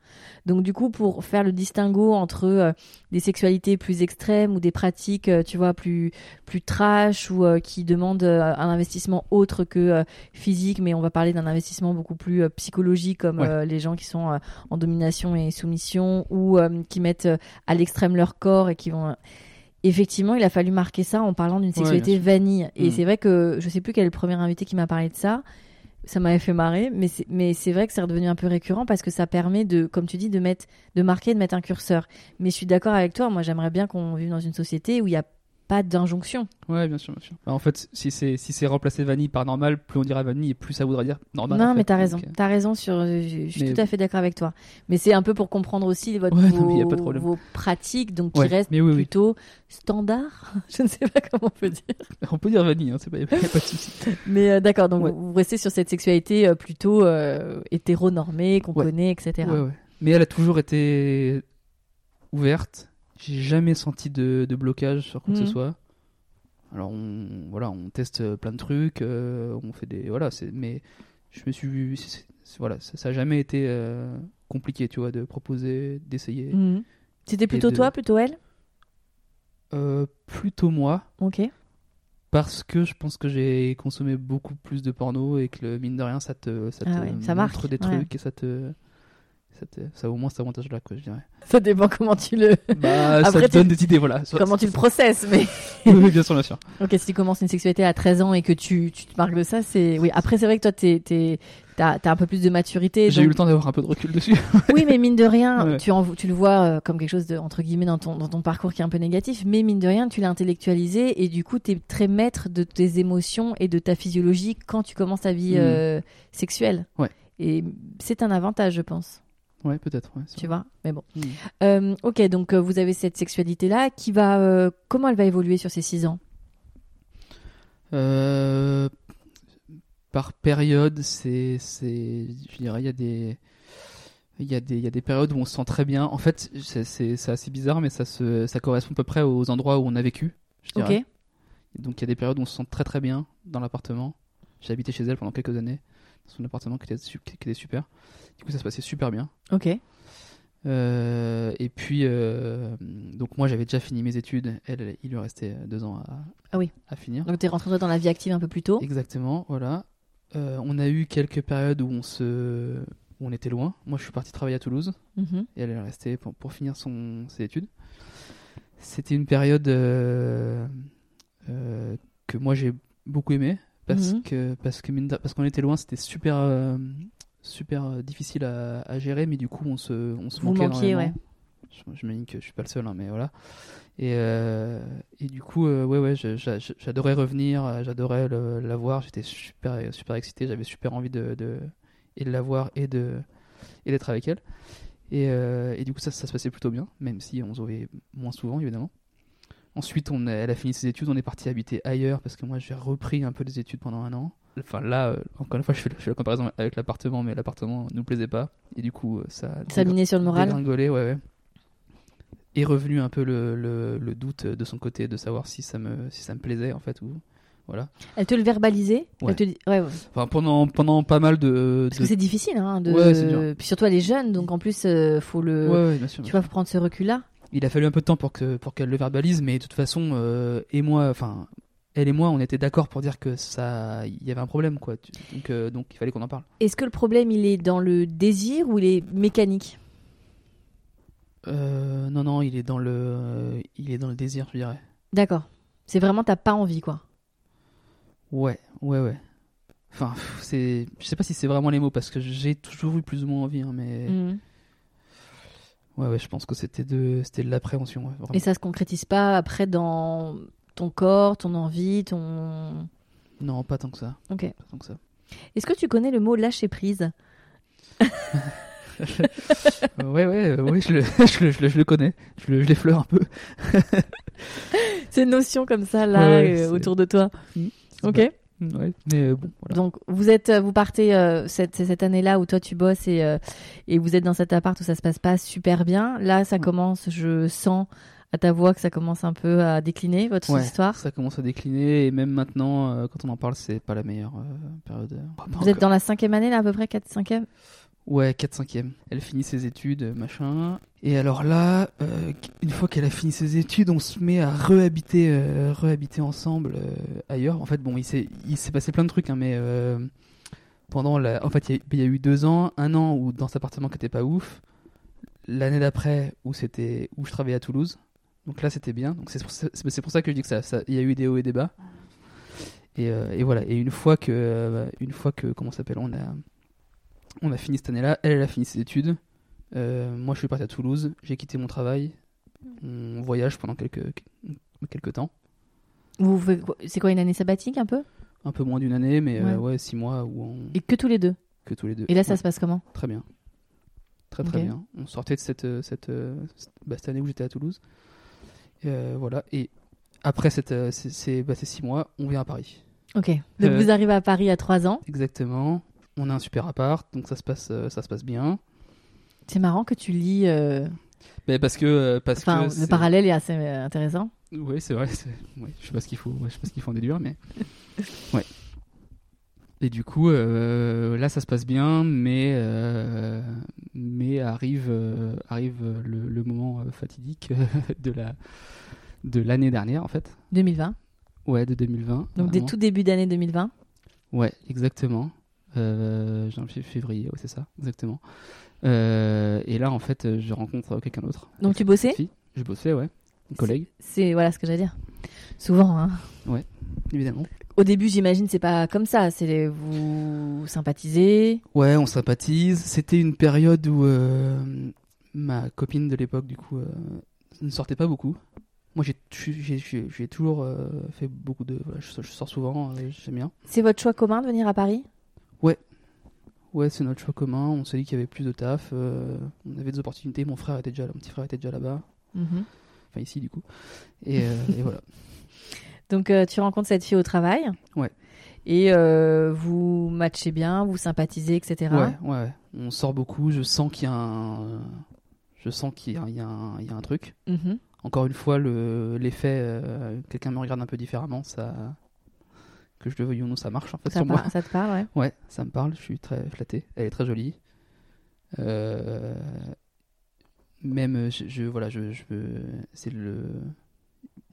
A: Donc, du coup, pour faire le distinguo entre euh, des sexualités plus extrêmes ou des pratiques, euh, tu vois, plus plus trash ou euh, qui demandent euh, un investissement autre que euh, physique, mais on va parler d'un investissement beaucoup plus euh, psychologique, comme
B: Ouais.
A: euh, les gens qui sont euh, en domination et soumission ou euh, qui mettent euh, à l'extrême leur corps et qui vont euh, Effectivement, il a fallu marquer ça en parlant d'une sexualité vanille. Et
B: Mm.
A: c'est vrai que je sais plus quel est le premier invité qui m'a parlé de ça. Ça m'avait fait marrer, mais c'est, mais c'est vrai que c'est redevenu un peu récurrent parce que ça permet de, comme tu dis, de mettre, de marquer, de mettre un curseur. Mais je suis d'accord avec toi. Moi, j'aimerais bien qu'on vive dans une société où il n'y a pas d'injonction.
B: Ouais, bien sûr, bien sûr. Bah, en fait, si c'est si c'est remplacé vanille par normal, plus on dira vanille, et plus ça voudra dire normal.
A: non,
B: en fait.
A: mais t'as raison.
B: Donc, euh,
A: T'as raison sur. Je, je suis
B: Mais-
A: tout à fait d'accord avec toi. Mais c'est un peu pour comprendre aussi votre-
B: Ouais, non, mais y a pas de
A: vos,
B: problème.
A: vos pratiques, donc
B: Ouais,
A: qui restent
B: mais oui, oui.
A: plutôt standards. *laughs* je ne sais pas comment on peut dire.
B: *laughs* On peut dire vanille, hein, c'est pas, y a pas y a pas de *laughs* souci.
A: Mais euh, d'accord, donc
B: Ouais.
A: vous vous restez sur cette sexualité euh, plutôt euh, hétéronormée qu'on
B: Ouais.
A: connaît, etc.
B: Ouais, ouais. Mais elle a toujours été ouverte. J'ai jamais senti de, de blocage sur quoi que
A: Mhm.
B: ce soit. Alors on voilà, on teste euh, plein de trucs, euh, on fait des voilà, c'est mais je me suis c'est- c'est- voilà, ça, ça a jamais été euh, compliqué, tu vois, de proposer, d'essayer.
A: Mhm. C'était plutôt
B: de-
A: toi, plutôt elle
B: Euh, plutôt moi, *laughs*
A: Ok.
B: parce que je pense que j'ai consommé beaucoup plus de porno et que le, mine de rien, ça te, ça
A: Ah
B: te
A: ouais, ça marque,
B: montre des
A: ouais.
B: trucs et ça te, ça te- ça a au moins cet avantage-là, quoi, je dirais.
A: Ça dépend comment tu le,
B: Bah, ça
A: Après,
B: te donne des idées, voilà.
A: *laughs* comment tu le processes, mais. *laughs*
B: Oui, bien sûr, bien sûr.
A: Ok, si tu commences une sexualité à 13 ans et que tu, tu te marques de ça, c'est. Oui, après, c'est vrai que toi, t'es- t'es- t'as t'as un peu plus de maturité.
B: J'ai
A: donc-
B: eu le temps d'avoir un peu de recul dessus.
A: Oui, mais mine de rien,
B: *laughs* Ouais.
A: tu, en- tu le vois euh, comme quelque chose de, entre guillemets, dans ton, dans ton parcours qui est un peu négatif, mais mine de rien, tu l'as intellectualisé et du coup, tu es très maître de tes émotions et de ta physiologie quand tu commences ta vie
B: Mhm.
A: euh, sexuelle.
B: Ouais.
A: Et c'est un avantage, je pense,
B: *laughs* Ouais, peut-être. ouais, c'est
A: tu
B: vrai.
A: vois. Mais bon.
B: Mhm.
A: Euh, ok, donc euh, vous avez cette sexualité-là qui va. euh, comment elle va évoluer sur ces 6 ans
B: Euh, par période, c'est, c'est, je dirais, il y a des, il y a des, il y a des périodes où on se sent très bien. En fait, c'est, c'est, c'est assez bizarre, mais ça se, ça correspond à peu près aux endroits où on a vécu. Je
A: Ok.
B: dirais. Donc il y a des périodes où on se sent très très bien dans l'appartement. J'ai habité chez elle pendant quelques années dans son appartement qui était, su- qui était super. Du coup, ça se passait super bien.
A: Ok.
B: Euh, et puis, euh, donc moi j'avais déjà fini mes études. Elle, il lui restait euh, deux ans à,
A: Ah oui.
B: à finir.
A: Donc, tu es rentré toi, dans la vie active un peu plus tôt.
B: Exactement, voilà. Euh, on a eu quelques périodes où on se, où on était loin. Moi, je suis parti travailler à Toulouse
A: Mhm.
B: et elle est restée pour, pour finir son ses études. C'était une période euh, euh, que moi j'ai beaucoup aimé parce
A: Mhm.
B: que parce que mine de- parce qu'on était loin, c'était super euh, super euh, difficile à, à gérer, mais du coup on se on se
A: Vous
B: manquait
A: manquiez,
B: énormément. Je- J'imagine que je suis pas le seul, hein, mais voilà. Et, euh, et du coup, euh, ouais, ouais, je- j'a- j'adorais revenir, euh, j'adorais le- la voir. J'étais super, super excité, j'avais super envie de, de, et de la voir et de et d'être avec elle. Et, euh, et du coup, ça, ça se passait plutôt bien, même si on se voyait moins souvent, évidemment. Ensuite, on a- elle a fini ses études, on est parti habiter ailleurs parce que moi, j'ai repris un peu des études pendant un an. Enfin, là, euh, encore une fois, je fais, la- je fais la comparaison avec l'appartement, mais l'appartement nous plaisait pas. Et du coup, euh, ça,
A: Ça minait sur le moral.
B: Dégringolé, ouais, ouais. Est revenu un peu le, le- le doute de son côté de savoir si ça me, si ça me plaisait en fait. Ou, voilà.
A: Elle te le verbalisait.
B: Ouais.
A: Elle te dit- ouais, ouais.
B: Enfin, pendant, pendant pas mal de.
A: Parce
B: de-
A: que c'est difficile, hein, de...
B: Ouais, c'est dur.
A: puis surtout elle est jeune, donc en plus euh, faut le,
B: Ouais, ouais, bien sûr.
A: tu vois, faut prendre ce recul-là.
B: Il a fallu un peu de temps pour que pour qu'elle le verbalise, mais de toute façon, euh, et moi, enfin, elle et moi, on était d'accord pour dire que ça, il y avait un problème, quoi. Tu- Donc, euh, donc, il fallait qu'on en parle.
A: Est-ce que le problème il est dans le désir ou il est mécanique
B: Euh, non, non, il est dans le, il est dans le désir, je dirais.
A: D'accord. C'est vraiment t'as pas envie, quoi.
B: Ouais, ouais, ouais. Enfin, pff, c'est, je sais pas si c'est vraiment les mots parce que j'ai toujours eu plus ou moins envie, hein, mais
A: Mhm.
B: ouais, ouais, je pense que c'était de, c'était de l'appréhension, ouais, vraiment.
A: Et ça se concrétise pas après dans ton corps, ton envie, ton.
B: Non, pas tant que ça,
A: Ok.
B: pas tant que ça.
A: Est-ce que tu connais le mot lâcher prise
B: Euh, ouais, ouais, euh, ouais, je le, *laughs* je le, je le, je le connais, je le, je l'effleure un peu.
A: Ces notions comme ça là
B: Ouais, ouais,
A: euh,
B: c'est-
A: autour de toi.
B: Mhm.
A: Ok.
B: Ouais, mais euh, bon, voilà.
A: Donc vous êtes, vous partez euh, cette, cette année-là où toi tu bosses et, euh, et vous êtes dans cet appart où ça se passe pas super bien. Là, ça
B: Ouais.
A: commence, je sens à ta voix que ça commence un peu à décliner votre
B: Ouais,
A: histoire.
B: Ça commence à décliner et même maintenant, euh, quand on en parle, c'est pas la meilleure euh, période. euh, pas
A: Vous êtes
B: encore.
A: dans la cinquième année là à peu près, 4 cinquième.
B: Ouais, 4-5e. Elle finit ses études, euh, machin. Et alors là, euh, une fois qu'elle a fini ses études, on se met à réhabiter, euh, réhabiter ensemble euh, ailleurs. En fait, bon, il s'est il s'est passé plein de trucs, hein, mais euh, pendant la. En fait, il y a- il y, a eu deux ans, un an où dans cet appartement qui était pas ouf. L'année d'après, où, c'était- où je travaillais à Toulouse. Donc là, c'était bien. Donc c'est pour, ça- c'est pour ça que je dis que ça, ça- il y a eu des hauts et des bas. Et, euh, et voilà. Et une fois que, euh, une fois que, comment ça s'appelle, on a, on a fini cette année-là. Elle, elle a fini ses études. Euh, moi, je suis parti à Toulouse. J'ai quitté mon travail. On voyage pendant quelques, quelques temps.
A: Vous faites quoi- c'est quoi une année sabbatique un peu
B: Un peu moins d'une année, mais euh, ouais.
A: Ouais.
B: six mois où on...
A: Et que tous les deux.
B: que tous les deux.
A: Et là, ça
B: Ouais,
A: se passe comment
B: Très bien. Très très
A: Ok.
B: bien. On sortait de cette, euh, cette, euh, cette- bah, cette année où j'étais à Toulouse. Euh, voilà. Et après cette, euh, ces, ces- bah, ces six mois, on vient à Paris.
A: Ok. Donc
B: Euh.
A: vous arrivez à Paris à 3 ans.
B: Exactement. On a un super appart, donc ça se passe, euh, ça se passe bien.
A: C'est marrant que tu lis. euh,
B: Mais parce que, euh, parce
A: Enfin,
B: que
A: le
B: c'est-
A: parallèle est assez euh, intéressant.
B: Oui, c'est vrai. c'est- ouais, je sais pas ce qu'il faut, ouais, je sais pas ce qu'il faut en déduire, mais ouais. Et du coup, euh, là, ça se passe bien, mais euh, mais arrive euh, arrive le, le moment euh, fatidique de euh, la de l'année dernière, en fait.
A: 2020.
B: Ouais, de 2020.
A: Donc, dès
B: vraiment.
A: tout début d'année 2020.
B: Ouais, exactement. Euh, janvier, février, ouais, c'est ça, exactement. Euh, et là, en fait, euh, je rencontre quelqu'un d'autre.
A: Donc, tu bossais
B: Fille. Je bossais, ouais. Une collègue,
A: C'est voilà ce que j'allais dire. Souvent, hein.
B: évidemment.
A: Au début, j'imagine, c'est pas comme ça. C'est les- vous sympathisez.
B: Ouais, on sympathise. C'était une période où euh, ma copine de l'époque, du coup, euh, ne sortait pas beaucoup. Moi, j'ai tu- j'ai- j'ai- j'ai toujours euh, fait beaucoup de. Voilà, je, je sors souvent, euh, j'aime bien.
A: C'est votre choix commun de venir à Paris
B: Ouais, c'est notre choix commun. On s'est dit qu'il y avait plus de taf. euh, on avait des opportunités. Mon frère était déjà là, mon petit frère était déjà là-bas. Mhm. Enfin, ici, du coup. Et, euh, et voilà.
A: Donc, euh, tu rencontres cette fille au travail.
B: Ouais.
A: Et euh, vous matchez bien, vous sympathisez, etc.
B: Ouais, ouais, ouais. On sort beaucoup. Je sens qu'il y a un. Je sens qu'il y a, il y a un- il y a un truc.
A: Mhm.
B: encore une fois, le- l'effet, euh, quelqu'un me regarde un peu différemment, ça, que je le veuille ou non, ça marche en fait
A: Ça,
B: sur
A: par-
B: moi.
A: ça te parle, ouais.
B: Ouais, ça me parle, je suis très flatté. Elle est très jolie. Euh, Même, euh, je, je- voilà, je, je peux- c'est le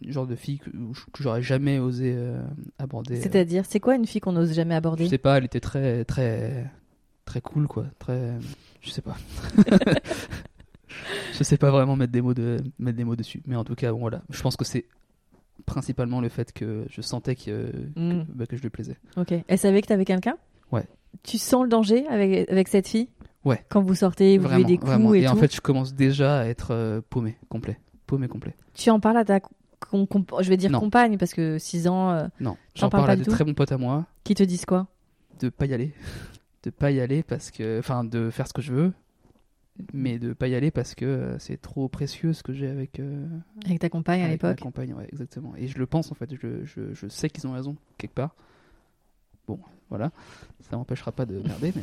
B: genre de fille que, où je- que j'aurais jamais osé euh, aborder.
A: C'est-à-dire, c'est quoi une fille qu'on n'ose jamais aborder
B: Je sais pas, elle était très, très, très cool quoi. Très, je
A: *laughs*
B: sais pas. je sais pas vraiment mettre des mots de, mettre des mots dessus. Mais en tout cas, bon, voilà. Je pense que c'est principalement le fait que je sentais que,
A: Mm.
B: que, bah, que je lui plaisais.
A: Ok. Elle savait que t'avais quelqu'un
B: Ouais.
A: Tu sens le danger avec, avec cette fille
B: Ouais.
A: Quand vous sortez, vous avez
B: Vraiment,
A: des coups
B: vraiment.
A: et,
B: Et,
A: tout.
B: en fait, je commence déjà à être euh, paumé, complet, paumé complet.
A: Tu en parles à ta com- com- je vais dire
B: Non.
A: compagne parce que 6 ans, euh,
B: Non, j'en
A: parles
B: parle
A: pas
B: à
A: du
B: de
A: tout
B: très bons potes à moi
A: qui te disent quoi
B: de pas y aller, de pas y aller parce que, enfin, de faire ce que je veux. Mais de pas y aller parce que euh, c'est trop précieux ce que j'ai avec euh,
A: avec ta compagne à
B: Avec ma
A: l'époque
B: compagne, ouais, exactement. Et je le pense en fait, je, je, je sais qu'ils ont raison, quelque part. Bon, voilà, ça m'empêchera pas de merder,
A: *laughs*
B: mais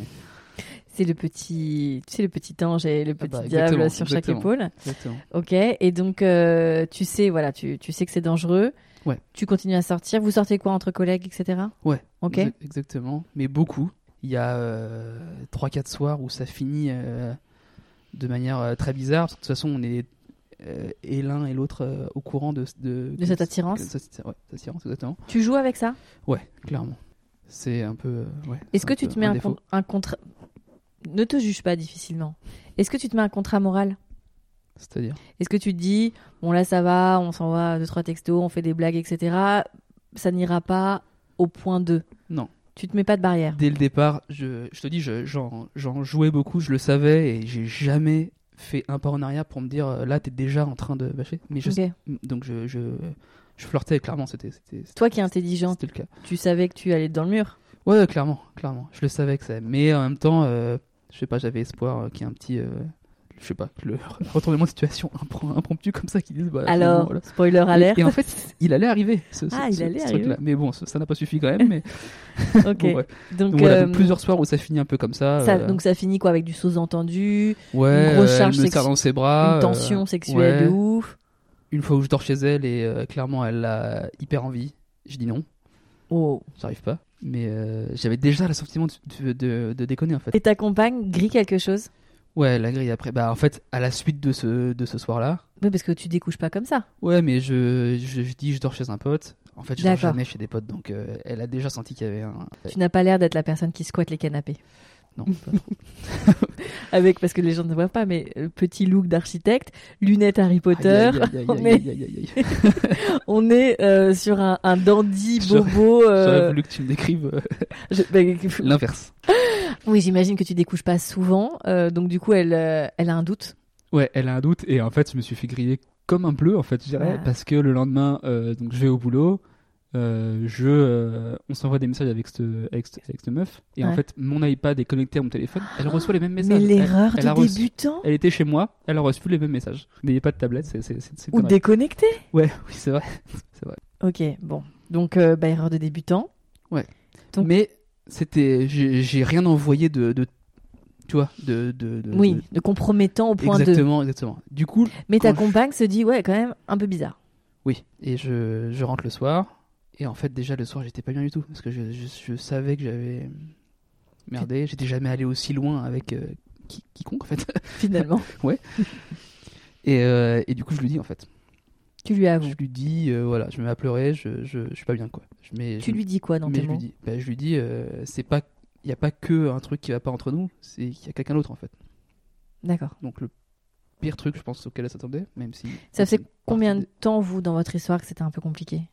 A: C'est le petit, tu sais, le petit ange et le
B: Ah
A: petit
B: bah,
A: diable
B: exactement,
A: sur chaque
B: exactement.
A: épaule.
B: exactement.
A: Ok. Et donc euh, tu sais, voilà, tu, tu sais que c'est dangereux.
B: Ouais.
A: Tu continues à sortir. Vous sortez quoi entre collègues, etc.
B: Ouais.
A: Ok.
B: Exa- Exactement, mais beaucoup. Il y a 3-4 soirs où ça finit euh, de manière euh, très bizarre, parce que de toute façon, on est euh, et l'un et l'autre euh, au courant de, de,
A: De cette attirance.
B: de cette- ouais, cette attirance, exactement.
A: Tu joues avec ça
B: Ouais, clairement. C'est un peu. euh, ouais,
A: Est-ce
B: un
A: que tu
B: peu
A: te mets un,
B: défaut.
A: con- un contrat Ne te juge pas difficilement. Est-ce que tu te mets un contrat moral
B: C'est-à-dire
A: Est-ce que tu te dis, bon là ça va, on s'envoie deux trois textos, on fait des blagues, etc. Ça n'ira pas au point 2.
B: Non.
A: Tu te mets pas de barrière.
B: dès le départ, je, je te dis, je- j'en j'en jouais beaucoup, je le savais, et j'ai jamais fait un pas en arrière pour me dire euh, là, t'es déjà en train de bâcher. Mais je,
A: Ok.
B: Donc je, je, je flirtais, clairement, c'était c'était- c'était-
A: Toi qui es intelligent,
B: c'était le cas.
A: tu savais que tu allais dans le mur.
B: Ouais, ouais, clairement, clairement, je le savais que ça. Mais en même temps, euh, je sais pas, j'avais espoir euh, qu'il y ait un petit. euh, je sais pas, que le *laughs* retournement de situation improm- impromptu comme ça qui disent. Bah, finalement,
A: Alors,
B: voilà.
A: spoiler alerte.
B: Et, et en fait, il allait arriver, ce, ce-
A: Ah, il
B: ce-
A: allait
B: ce
A: arriver.
B: truc-là. Mais bon, ce- ça n'a pas suffi quand même. Mais
A: *laughs* ok.
B: bon, ouais.
A: Donc,
B: Donc voilà, donc
A: euh,
B: plusieurs soirs où ça finit un peu comme ça.
A: ça,
B: euh,
A: donc ça finit quoi avec du sous-entendu,
B: Ouais,
A: Une grosse
B: euh,
A: charge
B: elle me
A: sexu-
B: serre dans ses bras.
A: une
B: euh,
A: tension sexuelle de
B: ouais.
A: ouf.
B: Une fois où je dors chez elle et euh, clairement elle a hyper envie, je dis non,
A: Oh.
B: j'arrive pas. Mais euh, j'avais déjà le sentiment de, de- de- de déconner en fait.
A: Et ta compagne grille quelque chose
B: Ouais, la grille après. Bah en fait, à la suite de ce, de ce soir-là,
A: Oui, parce que tu découches pas comme ça.
B: ouais, mais je, je, je dis je dors chez un pote. En fait, je dors
A: D'accord.
B: jamais chez des potes, donc euh, elle a déjà senti qu'il y avait un. euh,
A: Tu n'as pas l'air d'être la personne qui squatte les canapés.
B: Non, pas trop.
A: Avec, parce que les gens ne voient pas, mais euh, petit look d'architecte, lunettes Harry Potter.
B: Aïe, aïe, aïe,
A: on
B: aïe,
A: est,
B: aïe, aïe, aïe, aïe.
A: on est euh, sur un, un dandy
B: *laughs* J'aurais-
A: bobo. *laughs* euh,
B: J'aurais voulu que tu me décrives euh,
A: je- *laughs* bah,
B: l'inverse.
A: oui, j'imagine que tu découches pas souvent, euh, donc du coup, elle, euh, elle a un doute.
B: Ouais, elle a un doute et en fait, je me suis fait griller comme un bleu, en fait, je dirais,
A: Ah.
B: parce que le lendemain, euh, donc je vais au boulot, euh, je, euh, on s'envoie des messages avec cette avec cette- avec cette meuf et en
A: Ouais. Ah,
B: fait, mon iPad est connecté à mon téléphone, elle reçoit les mêmes
A: mais
B: messages.
A: l'erreur
B: elle
A: de
B: a reçu-
A: débutant
B: Elle était chez moi, elle a reçu les mêmes messages. N'ayez pas de tablette, c'est c'est c'est- c'est
A: ou
B: connerie.
A: déconnecté
B: Ouais, oui, c'est vrai. *laughs* c'est vrai.
A: Ok, bon. Donc, euh, bah, erreur de débutant. Donc-
B: Mais c'était, j'ai j'ai rien envoyé de, de tu vois, de, de, de-
A: oui,
B: Euh, de-
A: de compromettant au point 2.
B: exactement, exactement. Du coup,
A: Mais ta
B: Quand je-
A: compagne se dit, ouais, quand même, un peu
B: *laughs*
A: bizarre.
B: Oui, et je, je rentre le soir. Et en fait, déjà le soir, j'étais pas bien du tout. Parce que je, je, je savais que j'avais merdé. J'étais jamais allé aussi loin avec euh, qui- quiconque, en fait. *laughs*
A: Finalement,
B: Et, euh, et du coup, je lui dis, en fait.
A: Tu lui avoues.
B: Je lui dis, euh, voilà, je me mets à pleurer, je, je, je suis pas bien, quoi. Je, mais,
A: Tu
B: je-
A: lui dis quoi dans
B: mais
A: tes
B: je lui
A: mots
B: dis, bah, je lui dis, euh, c'est pas, il n'y a pas que un truc qui va pas entre nous, c'est qu'il y a quelqu'un d'autre, en fait.
A: D'accord.
B: Donc, le pire truc, je pense, auquel elle s'attendait, même si.
A: Ça
B: c'est
A: fait
B: une partie
A: combien
B: des-
A: de temps, vous, dans votre histoire, que c'était un peu compliqué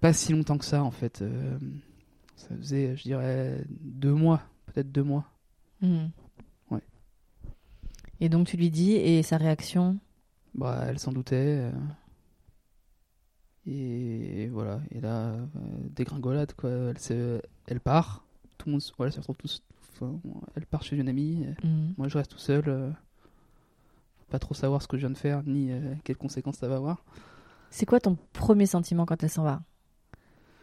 B: Pas si longtemps que ça, en fait. euh, ça faisait, je dirais, deux mois, peut-être deux mois.
A: Hmm.
B: Ouais.
A: Et donc tu lui dis, et sa réaction
B: Bah, elle s'en doutait. euh, et, voilà. Et là, euh, dégringolade, quoi. Elle, se- elle part. Tout le monde se, voilà, se retrouve tous. enfin, elle part chez une amie. euh,
A: Hmm.
B: Moi, je reste tout seul. euh, pas trop savoir ce que je viens de faire, ni euh, quelles conséquences ça va avoir.
A: C'est quoi ton premier sentiment quand elle s'en va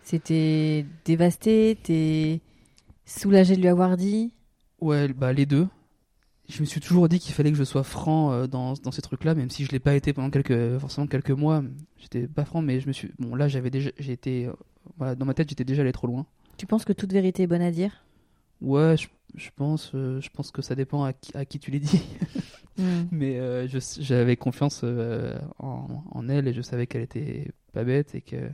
A: C'était dévasté T'es soulagé de lui avoir dit
B: Ouais, bah, les deux. Je me suis toujours dit qu'il fallait que je sois franc euh, dans, dans ces trucs-là, même si je l'ai pas été pendant quelques, forcément quelques mois. J'étais pas franc, mais je me suis. Bon, là, j'avais déjà. J'étais. euh, voilà, dans ma tête, j'étais déjà allé trop loin.
A: Tu penses que toute vérité est bonne à dire
B: Ouais, je, je pense, euh, je pense que ça dépend à qui, à qui tu les dis. *laughs*
A: Hmm.
B: Mais euh, je- j'avais confiance euh, en, en elle et je savais qu'elle était pas bête et que,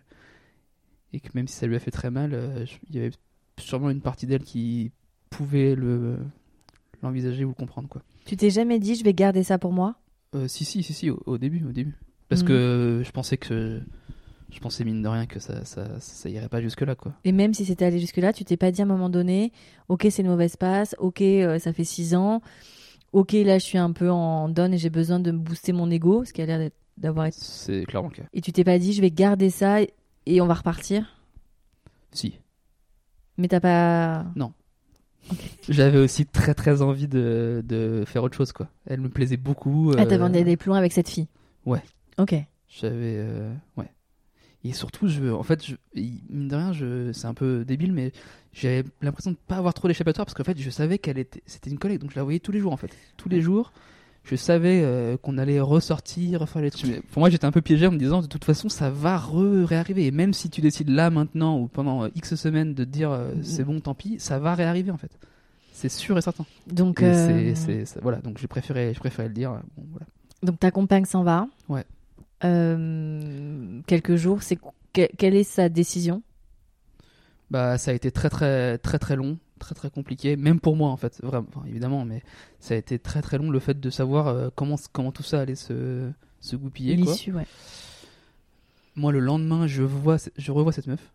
B: et que même si ça lui a fait très mal, euh, je- il y avait sûrement une partie d'elle qui pouvait le l'envisager ou le comprendre quoi.
A: Tu t'es jamais dit, je vais garder ça pour moi
B: Euh, si si si si au, au début au début parce
A: Mhm.
B: que je pensais que je pensais mine de rien que ça ça, ça irait pas jusque là quoi.
A: Et même si c'était allé jusque-là, tu t'es pas dit à un moment donné, ok, c'est une mauvaise passe, ok, euh, ça fait six ans, ok, là, je suis un peu en donne et j'ai besoin de me booster mon ego, ce qui a l'air d'être- d'avoir été.
B: C'est clairement le cas.
A: Et tu t'es pas dit, je vais garder ça et- et on va repartir
B: Si.
A: Mais t'as pas.
B: J'avais aussi très très envie de, de faire autre chose quoi. Elle me plaisait beaucoup.
A: Ah,
B: euh,
A: t'avais envie d'aller plus loin avec cette fille
B: Ouais.
A: Ok.
B: J'avais euh, ouais. Et surtout je en fait je, il- mine de rien je c'est un peu débile mais j'avais l'impression de pas avoir trop d'échappatoire parce qu'en fait je savais qu'elle était c'était une collègue donc je la voyais tous les jours en fait tous les jours. Je savais euh, qu'on allait ressortir, refaire les trucs. Mais pour moi, j'étais un peu piégé en me disant de toute façon, ça va re- réarriver. Et même si tu décides là, maintenant ou pendant euh, X semaines de te dire euh,
A: Mm.
B: c'est bon, tant pis, ça va réarriver en fait. C'est sûr et certain.
A: Donc,
B: Et
A: euh,
B: c'est- c'est- ça- voilà, donc j'ai préféré, je préférais le dire. euh, Bon, voilà.
A: donc ta compagne s'en va.
B: Ouais.
A: Euh, quelques jours, c'est que- quelle est sa décision
B: Bah, ça a été très très très très long, très très compliqué, même pour moi en fait, vraiment, enfin, évidemment, mais ça a été très très long le fait de savoir euh, comment comment tout ça allait se se goupiller. Quoi.
A: L'issue, ouais.
B: Moi, le lendemain, je vois, je revois cette meuf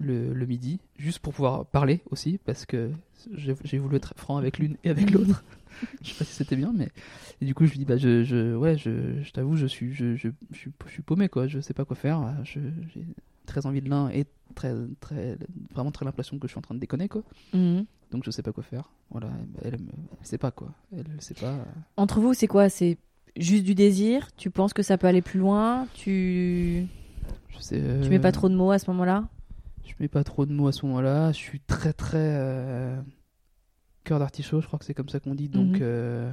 B: le, le midi, juste pour pouvoir parler aussi, parce que j'ai j'ai voulu être franc avec l'une et avec
A: *laughs*
B: l'autre. je sais pas si c'était bien, mais et du coup, je lui dis, bah, je, je- ouais, je, je t'avoue, je suis, je, je, je suis, je suis paumé, quoi. Je sais pas quoi faire. Je- J'ai très envie de l'un et très, très, vraiment très l'impression que je suis en train de déconner, quoi.
A: Mhm.
B: Donc, je sais pas quoi faire. Voilà, elle, elle, me- elle sait pas, quoi. Elle, elle sait pas.
A: Entre vous, c'est quoi C'est juste du désir Tu penses que ça peut aller plus loin Tu
B: Je sais.
A: tu mets
B: euh,
A: pas trop de mots à ce moment-là
B: Je mets pas trop de mots à ce moment-là. Je suis très très euh, cœur d'artichaut, je crois que c'est comme ça qu'on dit. Donc
A: Mhm.
B: euh,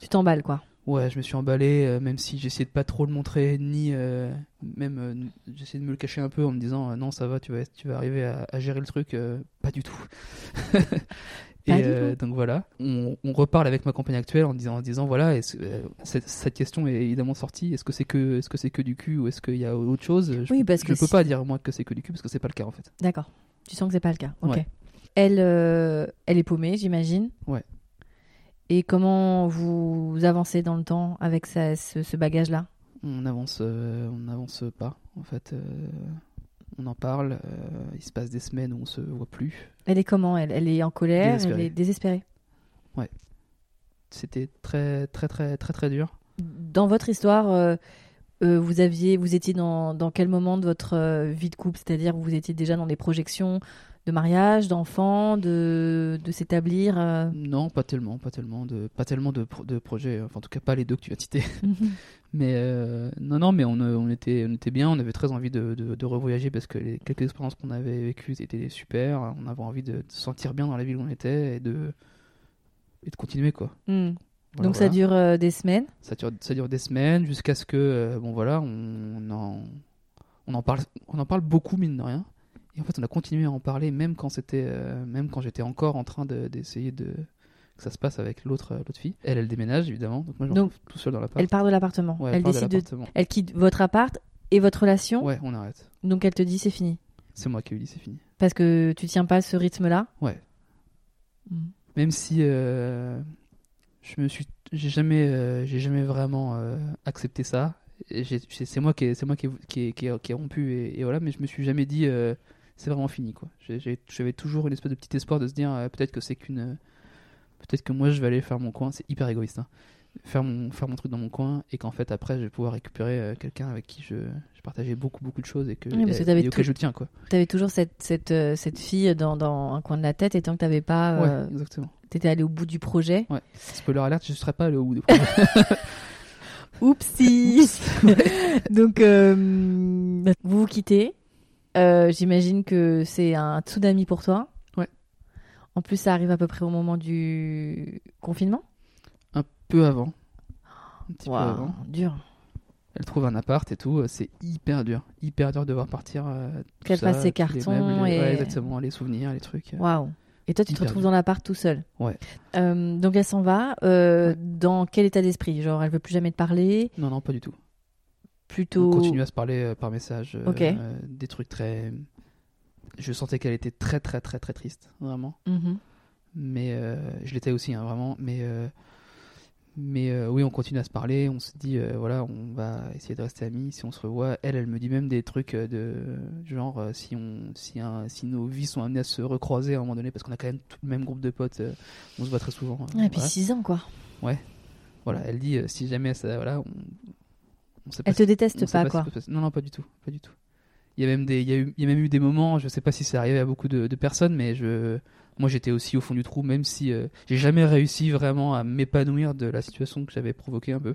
A: Tu t'emballes quoi
B: ouais, je me suis emballé, euh, même si j'essayais de pas trop le montrer, ni euh, même euh, j'essayais de me le cacher un peu en me disant euh, non ça va, tu vas tu vas arriver à, à gérer le truc, euh, pas du tout. *laughs*
A: Pas
B: Et
A: du
B: euh, donc voilà, on, on reparle avec ma compagne actuelle en disant en disant voilà est-ce- euh, cette, cette question est évidemment sortie. Est-ce que c'est que est-ce que c'est que du cul ou est-ce qu'il y a autre chose Je,
A: Oui, parce
B: je
A: que
B: peux
A: si-
B: pas dire moi que c'est que du cul parce que c'est pas le cas en fait.
A: D'accord. Tu sens que c'est pas le cas. Ok.
B: Ouais.
A: Elle, euh, elle est paumée, j'imagine.
B: Ouais.
A: Et comment vous avancez dans le temps avec ça- ce, ce bagage-là
B: On avance, euh, on avance pas. En fait, euh, on en parle. euh, il se passe des semaines où on se voit plus.
A: Elle est comment elle, elle est en colère Elle
B: Désespérée.
A: est désespérée.
B: C'était très, très, très, très, très dur.
A: Dans votre histoire, euh, euh, vous aviez, vous étiez dans, dans quel moment de votre euh, vie de couple C'est-à-dire, vous étiez déjà dans les projections de mariage, d'enfants, de, de s'établir euh,
B: Non, pas tellement, pas tellement de, pas tellement de, pro- de projets. Enfin, en tout cas, pas les deux que tu as
A: *laughs*
B: cités. Mais euh, non, non, mais on, euh, on était, on était bien. On avait très envie de, de, de revoyager parce que les quelques expériences qu'on avait vécues étaient super. On avait envie de se sentir bien dans la ville où on était et de, et de continuer quoi.
A: Hmm.
B: Voilà,
A: Donc ça
B: voilà.
A: dure euh, des semaines.
B: Ça dure, ça dure des semaines jusqu'à ce que, euh, bon voilà, on en, on, en parle, on en parle beaucoup, mine de rien. Et en fait, on a continué à en parler, même quand, c'était, euh, même quand j'étais encore en train de- d'essayer de, que ça se passe avec l'autre euh, l'autre fille. Elle, elle déménage évidemment, donc moi je me
A: Donc,
B: retrouve tout seul dans l'appart.
A: Elle part de l'appartement.
B: Ouais,
A: elle
B: part de
A: décide de,
B: l'appartement.
A: elle quitte votre appart et votre relation.
B: Ouais, on arrête.
A: Donc elle te dit c'est fini
B: C'est moi qui ai eu dit, c'est fini.
A: parce que tu tiens pas ce rythme-là.
B: Ouais.
A: Mm.
B: Même si euh, je me suis, j'ai jamais, euh, j'ai jamais vraiment euh, accepté ça. Et j'ai- C'est c'est moi qui, ai- c'est moi qui, ai- qui, ai- qui ai- qui ai rompu et, et voilà. Mais je me suis jamais dit, euh, c'est vraiment fini quoi. J'ai- j'ai- J'avais toujours une espèce de petit espoir de se dire, euh, peut-être que c'est qu'une, euh, peut-être que moi je vais aller faire mon coin. C'est hyper égoïste. hein. Faire mon, faire mon truc dans mon coin et qu'en fait après je vais pouvoir récupérer euh, quelqu'un avec qui je, je partageais beaucoup beaucoup de choses et que
A: Oui, parce
B: et-
A: que t'avais
B: et auquel
A: tout-
B: je tiens quoi.
A: T'avais toujours cette cette euh, cette fille dans, dans un coin de la tête et tant que t'avais pas, euh,
B: Ouais, exactement.
A: t'étais allé au bout du projet.
B: Spoiler alert, je ne serai pas le ou
A: Oupsie. *laughs* Donc euh, vous vous quittez. Euh, J'imagine que c'est un tsunami pour toi.
B: Ouais.
A: En plus, ça arrive à peu près au moment du confinement.
B: un peu avant. Un petit peu
A: Waouh,
B: avant.
A: dur.
B: Elle trouve un appart et tout, euh, c'est hyper dur. Hyper dur de devoir partir. euh, tout
A: Qu'elle
B: ça,
A: fasse ses
B: tous les
A: cartons
B: meubles, les-
A: et-
B: ouais, exactement, les souvenirs, les trucs.
A: Waouh. Et toi, tu te
B: Hyper
A: retrouves
B: dur.
A: dans l'appart tout seul.
B: Ouais.
A: Euh, donc elle s'en va. euh,
B: Ouais.
A: Dans quel état d'esprit Genre, elle veut plus jamais te parler.
B: Non, non, pas du tout.
A: Plutôt.
B: On continue à se parler euh, par message. euh,
A: Ok.
B: euh, des trucs très. Je sentais qu'elle était très, très, très, très triste, vraiment.
A: Mhm.
B: Mais euh, je l'étais aussi, hein, vraiment. Mais. euh, Mais euh, oui, on continue à se parler. On se dit, euh, voilà, on va essayer de rester amis. Si on se revoit, elle, elle me dit même des trucs euh, de genre euh, si on, si, un- si nos vies sont amenées à se recroiser à un moment donné, parce qu'on a quand même tout le même groupe de potes, euh, on se voit très souvent. euh,
A: Ah, et puis
B: voilà.
A: 6 ans, quoi.
B: Voilà, elle dit euh, si jamais ça, voilà, on, on sait
A: Elle
B: si-
A: te
B: on
A: déteste
B: sait
A: pas,
B: si
A: quoi.
B: ça peut se- Non, non, pas du tout, pas du tout. Il y a même des, il y a eu, il y a même eu des moments. Je sais pas si c'est arrivé à beaucoup de, de personnes, mais je, moi, j'étais aussi au fond du trou, même si euh, j'ai jamais réussi vraiment à m'épanouir de la situation que j'avais provoquée un peu.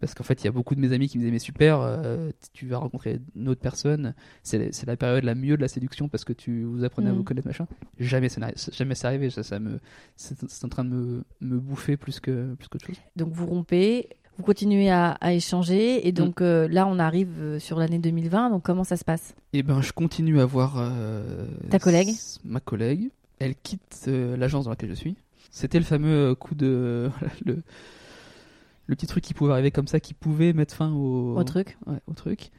B: Parce qu'en fait, il y a beaucoup de mes amis qui me disaient mais super, euh, tu vas rencontrer une autre personne. C'est c'est la période la mieux de la séduction parce que tu vous apprenez à
A: Mhm.
B: vous connaître machin. Jamais ça n'a- jamais c'est arrivé. Ça, ça me, c'est c'est en train de me, me bouffer plus que plus qu'autre chose.
A: Donc vous rompez, vous continuez à, à échanger. Et donc euh, là, on arrive euh, sur l'année 2020. Donc comment ça se passe
B: Eh ben, je continue à voir euh,
A: Ta collègue
B: s- ma collègue. Elle quitte euh, l'agence dans laquelle je suis. C'était le fameux euh, coup de *laughs* le, le petit truc qui pouvait arriver comme ça, qui pouvait mettre fin au,
A: au truc
B: ouais, au truc.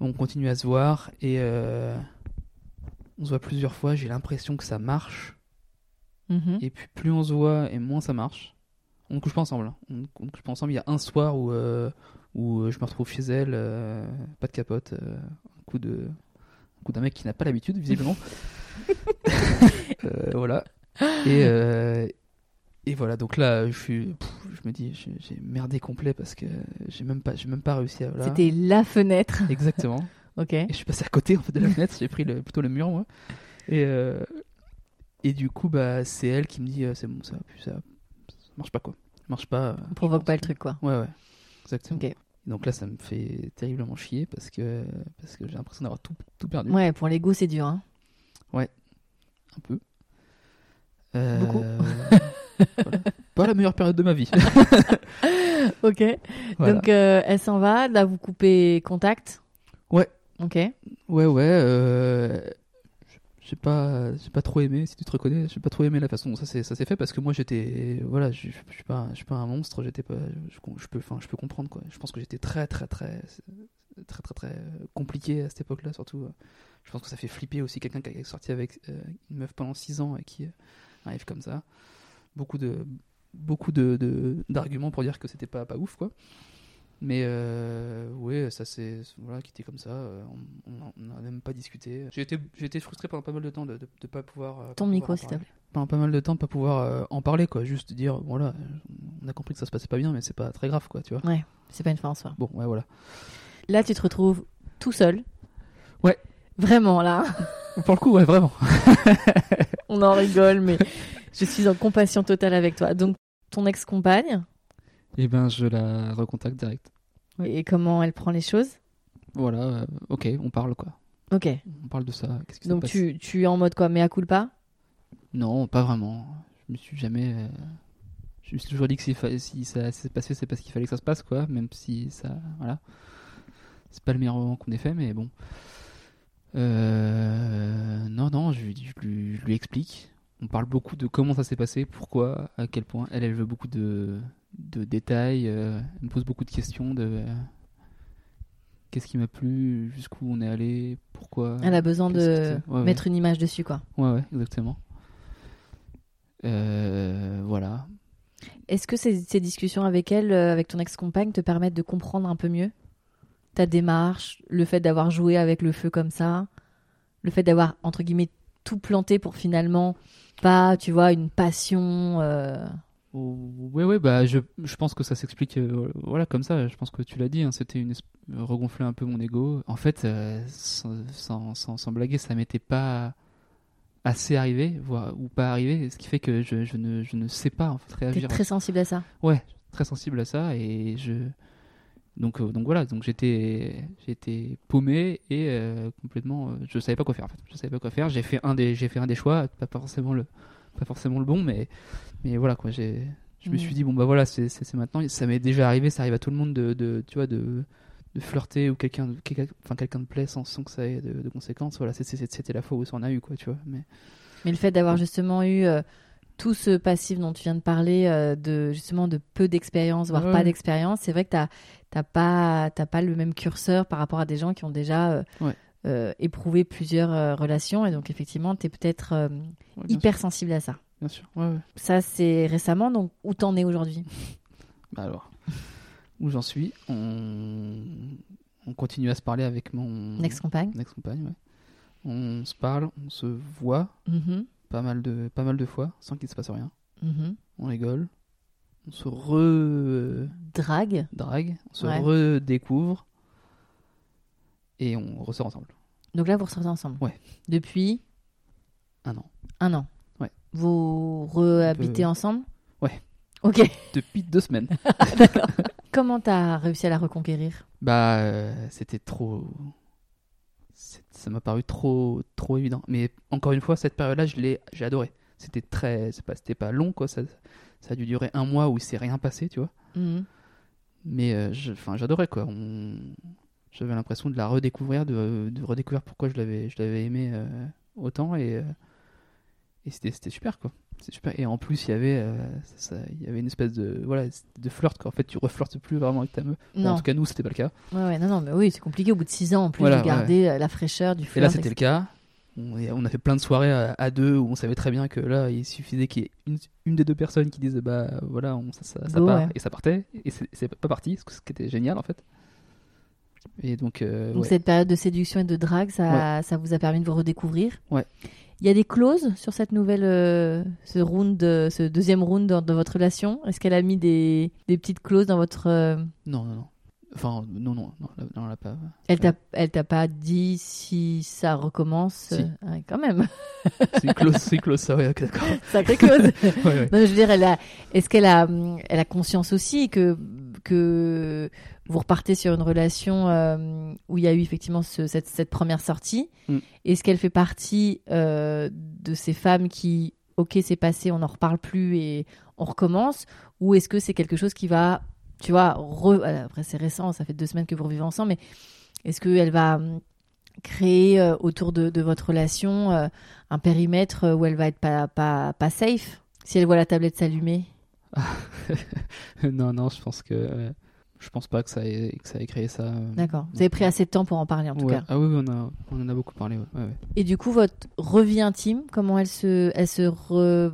B: On continue à se voir et euh, on se voit plusieurs fois. J'ai l'impression que ça marche.
A: Mhm.
B: Et puis plus on se voit et moins ça marche. On ne couche pas ensemble. hein. On ne couche pas ensemble. Il y a un soir où, euh, où euh, je me retrouve chez elle, euh, pas de capote, euh, un coup de un coup d'un mec qui n'a pas l'habitude visiblement. Euh, voilà. Et, euh, et voilà. Donc là, je suis, pff, je me dis, j'ai- j'ai merdé complet parce que j'ai même pas, j'ai même pas réussi à. voilà.
A: C'était la fenêtre.
B: Exactement.
A: *laughs* Ok.
B: Et je suis passé à côté en fait,
A: *laughs*
B: de la fenêtre, j'ai pris le, plutôt le mur, moi. Et, euh, et du coup, bah, c'est elle qui me dit euh, c'est bon, ça, va plus, ça, ça marche pas quoi. Ça marche pas. euh,
A: On provoque pas le truc, quoi.
B: Ouais, ouais. Exactement.
A: Ok.
B: Donc là, ça me fait terriblement chier parce que, parce que j'ai l'impression d'avoir tout, tout perdu.
A: Ouais, pour l'ego, c'est dur. hein.
B: Un peu. Euh,
A: Beaucoup.
B: *laughs* voilà. Pas la meilleure période
A: *laughs*
B: de ma vie.
A: *laughs* Ok.
B: Voilà.
A: Donc euh, elle s'en va. Là, vous coupez contact.
B: Ouais.
A: Ok.
B: Ouais, ouais. Euh... J'ai pas, j'ai pas trop aimé, si tu te reconnais, j'ai pas trop aimé la façon dont ça s'est ça s'est fait parce que moi j'étais. Voilà, je je- je suis pas, je suis pas un monstre, j'étais pas. Je, je peux, enfin, je peux comprendre quoi. Je pense que j'étais très, très, très. Très, très, très euh, compliqué à cette époque-là, surtout. euh. Je pense que ça fait flipper aussi quelqu'un qui est sorti avec euh, une meuf pendant 6 ans et qui euh, arrive comme ça. Beaucoup de. Beaucoup de de- d'arguments pour dire que c'était pas, pas ouf quoi. Mais euh, ouais, ça c'est voilà, quitté comme ça. euh, on- on n'a même pas discuté. J'ai été, j'ai été frustré pendant pas mal de temps de ne pas pouvoir. euh, pas
A: Ton
B: pouvoir
A: micro,
B: en
A: s'il te
B: parler. Pendant pas mal de temps, de pas pouvoir euh, en parler quoi. Juste dire voilà, on a compris que ça se passait pas bien, mais c'est pas très grave quoi, tu vois.
A: C'est pas une fin en soi.
B: Bon ouais voilà.
A: Là, tu te retrouves tout seul.
B: Ouais.
A: Vraiment, là. *laughs*
B: Pour le coup ouais vraiment.
A: On en rigole, mais je suis en compassion totale avec toi. Donc, ton ex-compagne,
B: Et ben je la recontacte direct.
A: et comment elle prend les choses
B: Voilà, euh, ok, on parle quoi.
A: Ok.
B: On parle de ça. Qu'est-ce qui s'est
A: Donc,
B: passé
A: tu, tu es en mode quoi Mea culpa
B: Non, pas vraiment. Je me suis jamais. euh, Je me suis toujours dit que si, fa- si ça s'est passé, c'est parce qu'il fallait que ça se passe, quoi. Même si ça. Voilà. C'est pas le meilleur moment qu'on ait fait, mais bon. Euh, Non, non, je, lui- je lui, je lui explique. on parle beaucoup de comment ça s'est passé, pourquoi, à quel point. Elle, elle veut beaucoup de, de détails, euh, elle me pose beaucoup de questions de euh, qu'est-ce qui m'a plu, jusqu'où on est allé, pourquoi.
A: Elle a besoin
B: qu'est-ce que
A: de
B: c'était. Ouais, ouais.
A: mettre une image dessus, quoi.
B: Ouais, ouais, exactement. Euh, voilà.
A: Est-ce que ces, ces discussions avec elle, euh, avec ton ex-compagne, te permettent de comprendre un peu mieux ta démarche, le fait d'avoir joué avec le feu comme ça, le fait d'avoir, entre guillemets, tout planté pour finalement pas, tu vois, une passion. euh,
B: Ouais, ouais, bah je, je pense que ça s'explique euh, voilà, comme ça. Je pense que tu l'as dit, hein, c'était une esp- regonfler un peu mon ego. En fait, euh, sans, sans, sans, sans blaguer, ça m'était pas assez arrivé, voire, ou pas arrivé, ce qui fait que je, je, ne, je ne sais pas en fait,
A: T'es
B: réagir.
A: très sensible à ça.
B: Ouais, très sensible à ça et je donc euh, donc voilà, donc j'étais j'étais paumé et euh, complètement euh, je savais pas quoi faire en fait. Je savais pas quoi faire, j'ai fait un des j'ai fait un des choix, pas pas forcément le pas forcément le bon mais mais voilà quoi, j'ai je me
A: Mm.
B: suis dit bon bah voilà, c'est c'est c'est maintenant, ça m'est déjà arrivé, ça arrive à tout le monde de, de tu vois de de flirter ou quelqu'un de- quelqu'un enfin quelqu'un de plaît sans, sans que ça ait de, de conséquences voilà c'est- c'est- c'était la fois où ça en a eu quoi tu vois mais
A: Mais le fait d'avoir justement eu euh, tout ce passif dont tu viens de parler, euh, de justement de peu d'expérience, voire
B: Ouais.
A: pas d'expérience, c'est vrai que t'as t'as pas t'as pas le même curseur par rapport à des gens qui ont déjà euh,
B: Ouais.
A: euh, éprouvé plusieurs euh, relations et donc effectivement t'es peut-être euh,
B: ouais, bien
A: hyper
B: sûr,
A: sensible à ça.
B: bien sûr ouais, ouais.
A: Ça c'est récemment donc où t'en es aujourd'hui
B: Bah alors, où j'en suis, on... on continue à se parler avec mon
A: ex compagne.
B: mon ex-compagne. ouais. On se parle, on se voit
A: Mhm.
B: pas mal de, pas mal de fois sans qu'il se passe rien. On rigole, on se redrague,
A: Drague.
B: on se
A: Ouais.
B: redécouvre et on ressort ensemble.
A: Donc là vous ressortez ensemble.
B: Ouais.
A: Depuis
B: Un an.
A: un an.
B: Ouais.
A: Vous rehabitez ensemble.
B: Ouais.
A: Ok.
B: Depuis deux semaines.
A: Comment t'as réussi à la reconquérir
B: Bah, euh, c'était trop. c'est- Ça m'a paru trop, trop évident. Mais encore une fois, cette période-là, je l'ai, j'ai adoré. C'était très, c'est pas, c'était pas long quoi. Ça, ça a dû durer un mois où il s'est rien passé, tu vois.
A: Mhm.
B: Mais, euh, je- enfin, j'adorais quoi. On- J'avais l'impression de la redécouvrir, de, de redécouvrir pourquoi je l'avais, je l'avais aimé euh, autant et, euh, et c'était, c'était super quoi. C'est super. Et en plus, il y avait, euh, ça- ça- il y avait une espèce de, voilà, de flirt quoi. En fait, tu reflirtes plus vraiment avec ta meuf. Bon, en
A: Non.
B: tout cas, nous, c'était pas le cas.
A: Ouais, ouais, non, non, mais oui, c'est compliqué au bout de 6 ans en plus
B: Voilà,
A: de garder euh, la fraîcheur du
B: Et là,
A: flirt.
B: c'était le
A: etc.
B: cas. On est- on a fait plein de soirées à, à deux où on savait très bien que là, il suffisait qu'il y ait une, une des deux personnes qui disait bah voilà, on, ça, ça, ça
A: Go,
B: part
A: ouais.
B: et ça partait et c'est c'est pas parti, ce que- ce qui était génial en fait. Et donc, euh,
A: Donc
B: ouais.
A: cette période de séduction et de drague, ça, ça vous a permis de vous redécouvrir.
B: Ouais.
A: Il y a des clauses sur cette nouvelle, euh, ce round, euh, ce deuxième round dans, dans votre relation. Est-ce qu'elle a mis des, des petites clauses dans votre euh,
B: non, non, non, enfin non, non, non, là- non, là, pas.
A: Elle t'a, elle t'a pas dit si ça recommence
B: Si.
A: euh, ouais, Quand même, *laughs*
B: C'est close, c'est close, ça, ouais, ok, d'accord.
A: sacrée *laughs* clause.
B: Ouais, *laughs* ouais.
A: Non, je veux dire, elle a, est-ce qu'elle a, hum, elle a conscience aussi que, que vous repartez sur une relation euh, où il y a eu effectivement ce- cette, cette première sortie
B: Mm.
A: Est-ce qu'elle fait partie euh, de ces femmes qui, ok, c'est passé, on n'en reparle plus et on recommence Ou est-ce que c'est quelque chose qui va, tu vois, re- euh, après c'est récent, ça fait deux semaines que vous revivez ensemble, mais est-ce qu'elle va hum, créer euh, autour de, de votre relation euh, un périmètre euh, où elle va être pas, pas, pas safe si elle voit la tablette s'allumer.
B: non, non, je pense que euh, je pense pas que ça ait, que ça ait créé ça. euh,
A: D'accord. Vous
B: non.
A: avez pris assez de temps pour en parler en tout
B: Ouais.
A: cas.
B: Ah oui, oui, on, a, on en a beaucoup parlé. ouais, ouais, ouais.
A: Et du coup, votre revie intime, comment elle se, elle se re...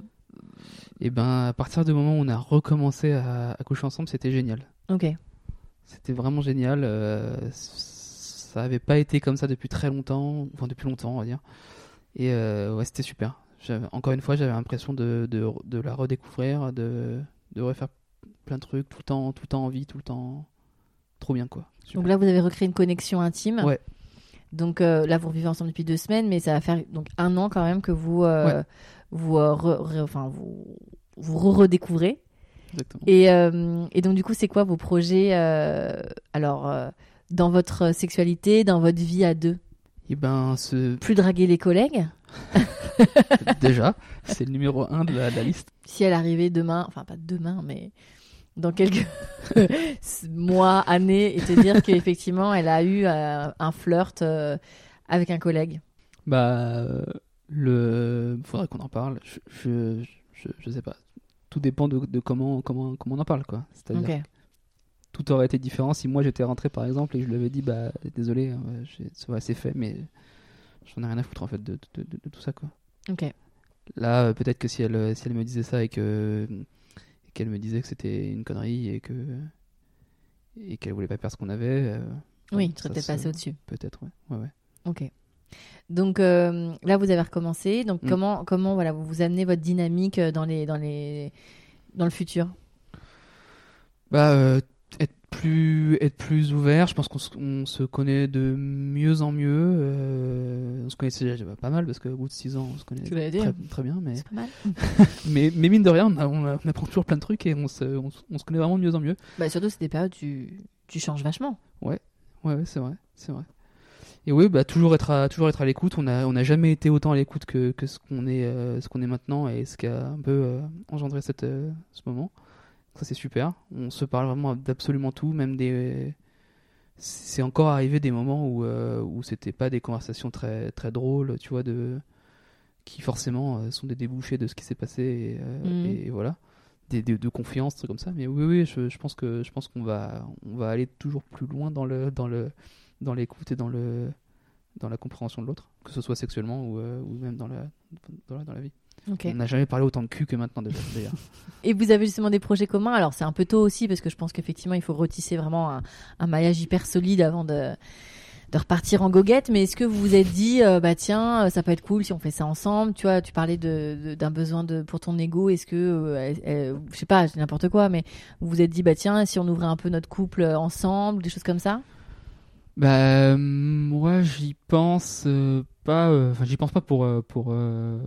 B: Et ben, à partir du moment où on a recommencé à- à coucher ensemble, c'était génial.
A: Ok.
B: C'était vraiment génial. euh, ça avait pas été comme ça depuis très longtemps, enfin depuis longtemps, on va dire. Et euh, ouais, c'était super. J'avais- Encore une fois, j'avais l'impression de, de, de la redécouvrir, de, de refaire plein de trucs tout le temps, tout le temps en vie, tout le temps. Trop bien, quoi. Super.
A: Donc là, vous avez recréé une connexion intime.
B: Ouais.
A: Donc euh, là, vous vivez ensemble depuis deux semaines, mais ça va faire donc un an quand même que vous, euh, vous, euh, re- re- enfin vous, vous re- redécouvrez.
B: Exactement.
A: Et, euh, et donc du coup, c'est quoi vos projets euh, Alors euh, dans votre sexualité, dans votre vie à deux,
B: Et ben, ce... *laughs*
A: plus draguer les collègues
B: déjà, c'est le numéro 1 de la, de la liste.
A: si elle arrivait demain, enfin pas demain, mais dans quelques *laughs* mois, années, et te dire qu'effectivement, elle a eu euh, un flirt euh, avec un collègue.
B: Bah, euh, Le, faudrait qu'on en parle. Je, je, je, je sais pas. Tout dépend de, de comment, comment, comment on en parle, quoi. C'est-à-dire
A: Ok.
B: tout aurait été différent si moi j'étais rentré par exemple et que je lui avais dit bah désolé euh, j'ai- ça va c'est fait mais j'en ai rien à foutre en fait de, de- de- de tout ça quoi
A: Ok.
B: là euh, peut-être que si elle euh, si elle me disait ça et que et qu'elle me disait que c'était une connerie et que et qu'elle voulait pas perdre ce qu'on avait euh,
A: Oui,
B: bon,
A: tu serais
B: ça
A: peut-être
B: se-
A: passé au-dessus.
B: peut-être ouais ouais, ouais.
A: Ok. Donc euh, là, vous avez recommencé. Donc
B: Mm.
A: comment, comment voilà, vous vous amenez votre dynamique euh, dans les, dans les, dans le futur.
B: bah euh, être plus être plus ouvert je pense qu'on se, on se connaît de mieux en mieux euh, on se connaissait déjà pas mal parce qu'au bout de 6 ans on se connaît
A: Tu l'avais dit.
B: très, très bien mais
A: C'est pas mal.
B: Mais, mais mine de rien, on, a- on a- on apprend toujours plein de trucs et on se, on, se- on se connaît vraiment de mieux en mieux.
A: Bah, surtout, c'est des périodes où tu, tu changes vachement.
B: Ouais, ouais, c'est vrai, c'est vrai. Et oui, bah toujours être à, toujours être à l'écoute. On a, on n'a jamais été autant à l'écoute que, que ce qu'on est, euh, ce qu'on est maintenant et ce qui a un peu euh, engendré cette, euh, ce moment. Ça c'est super. On se parle vraiment d'absolument tout, même des. C'est encore arrivé des moments où, euh, où c'était pas des conversations très, très drôles, tu vois, de qui forcément euh, sont des débouchés de ce qui s'est passé et, euh,
A: Mhm.
B: et voilà. Des, des- de confiance, trucs comme ça. Mais oui, oui, je, je pense que je pense qu'on va, on va aller toujours plus loin dans le, dans le, dans l'écoute et dans le, dans la compréhension de l'autre, que ce soit sexuellement ou, euh, ou même dans la, dans la, dans la vie.
A: Ok.
B: On n'a jamais parlé autant de cul que maintenant déjà, d'ailleurs.
A: Et vous avez justement des projets communs. Alors c'est un peu tôt aussi parce que je pense qu'effectivement il faut retisser vraiment un, un maillage hyper solide avant de, de repartir en goguette. Mais est-ce que vous vous êtes dit euh, bah tiens euh, ça peut être cool si on fait ça ensemble. Tu vois tu parlais de, de- d'un besoin de pour ton ego. Est-ce que euh, euh, je sais pas je dis n'importe quoi mais vous vous êtes dit bah tiens si on ouvrait un peu notre couple euh, ensemble des choses comme ça.
B: *laughs* Bah, euh, moi, j'y pense euh, pas. euh, Enfin, j'y pense pas pour euh, pour euh,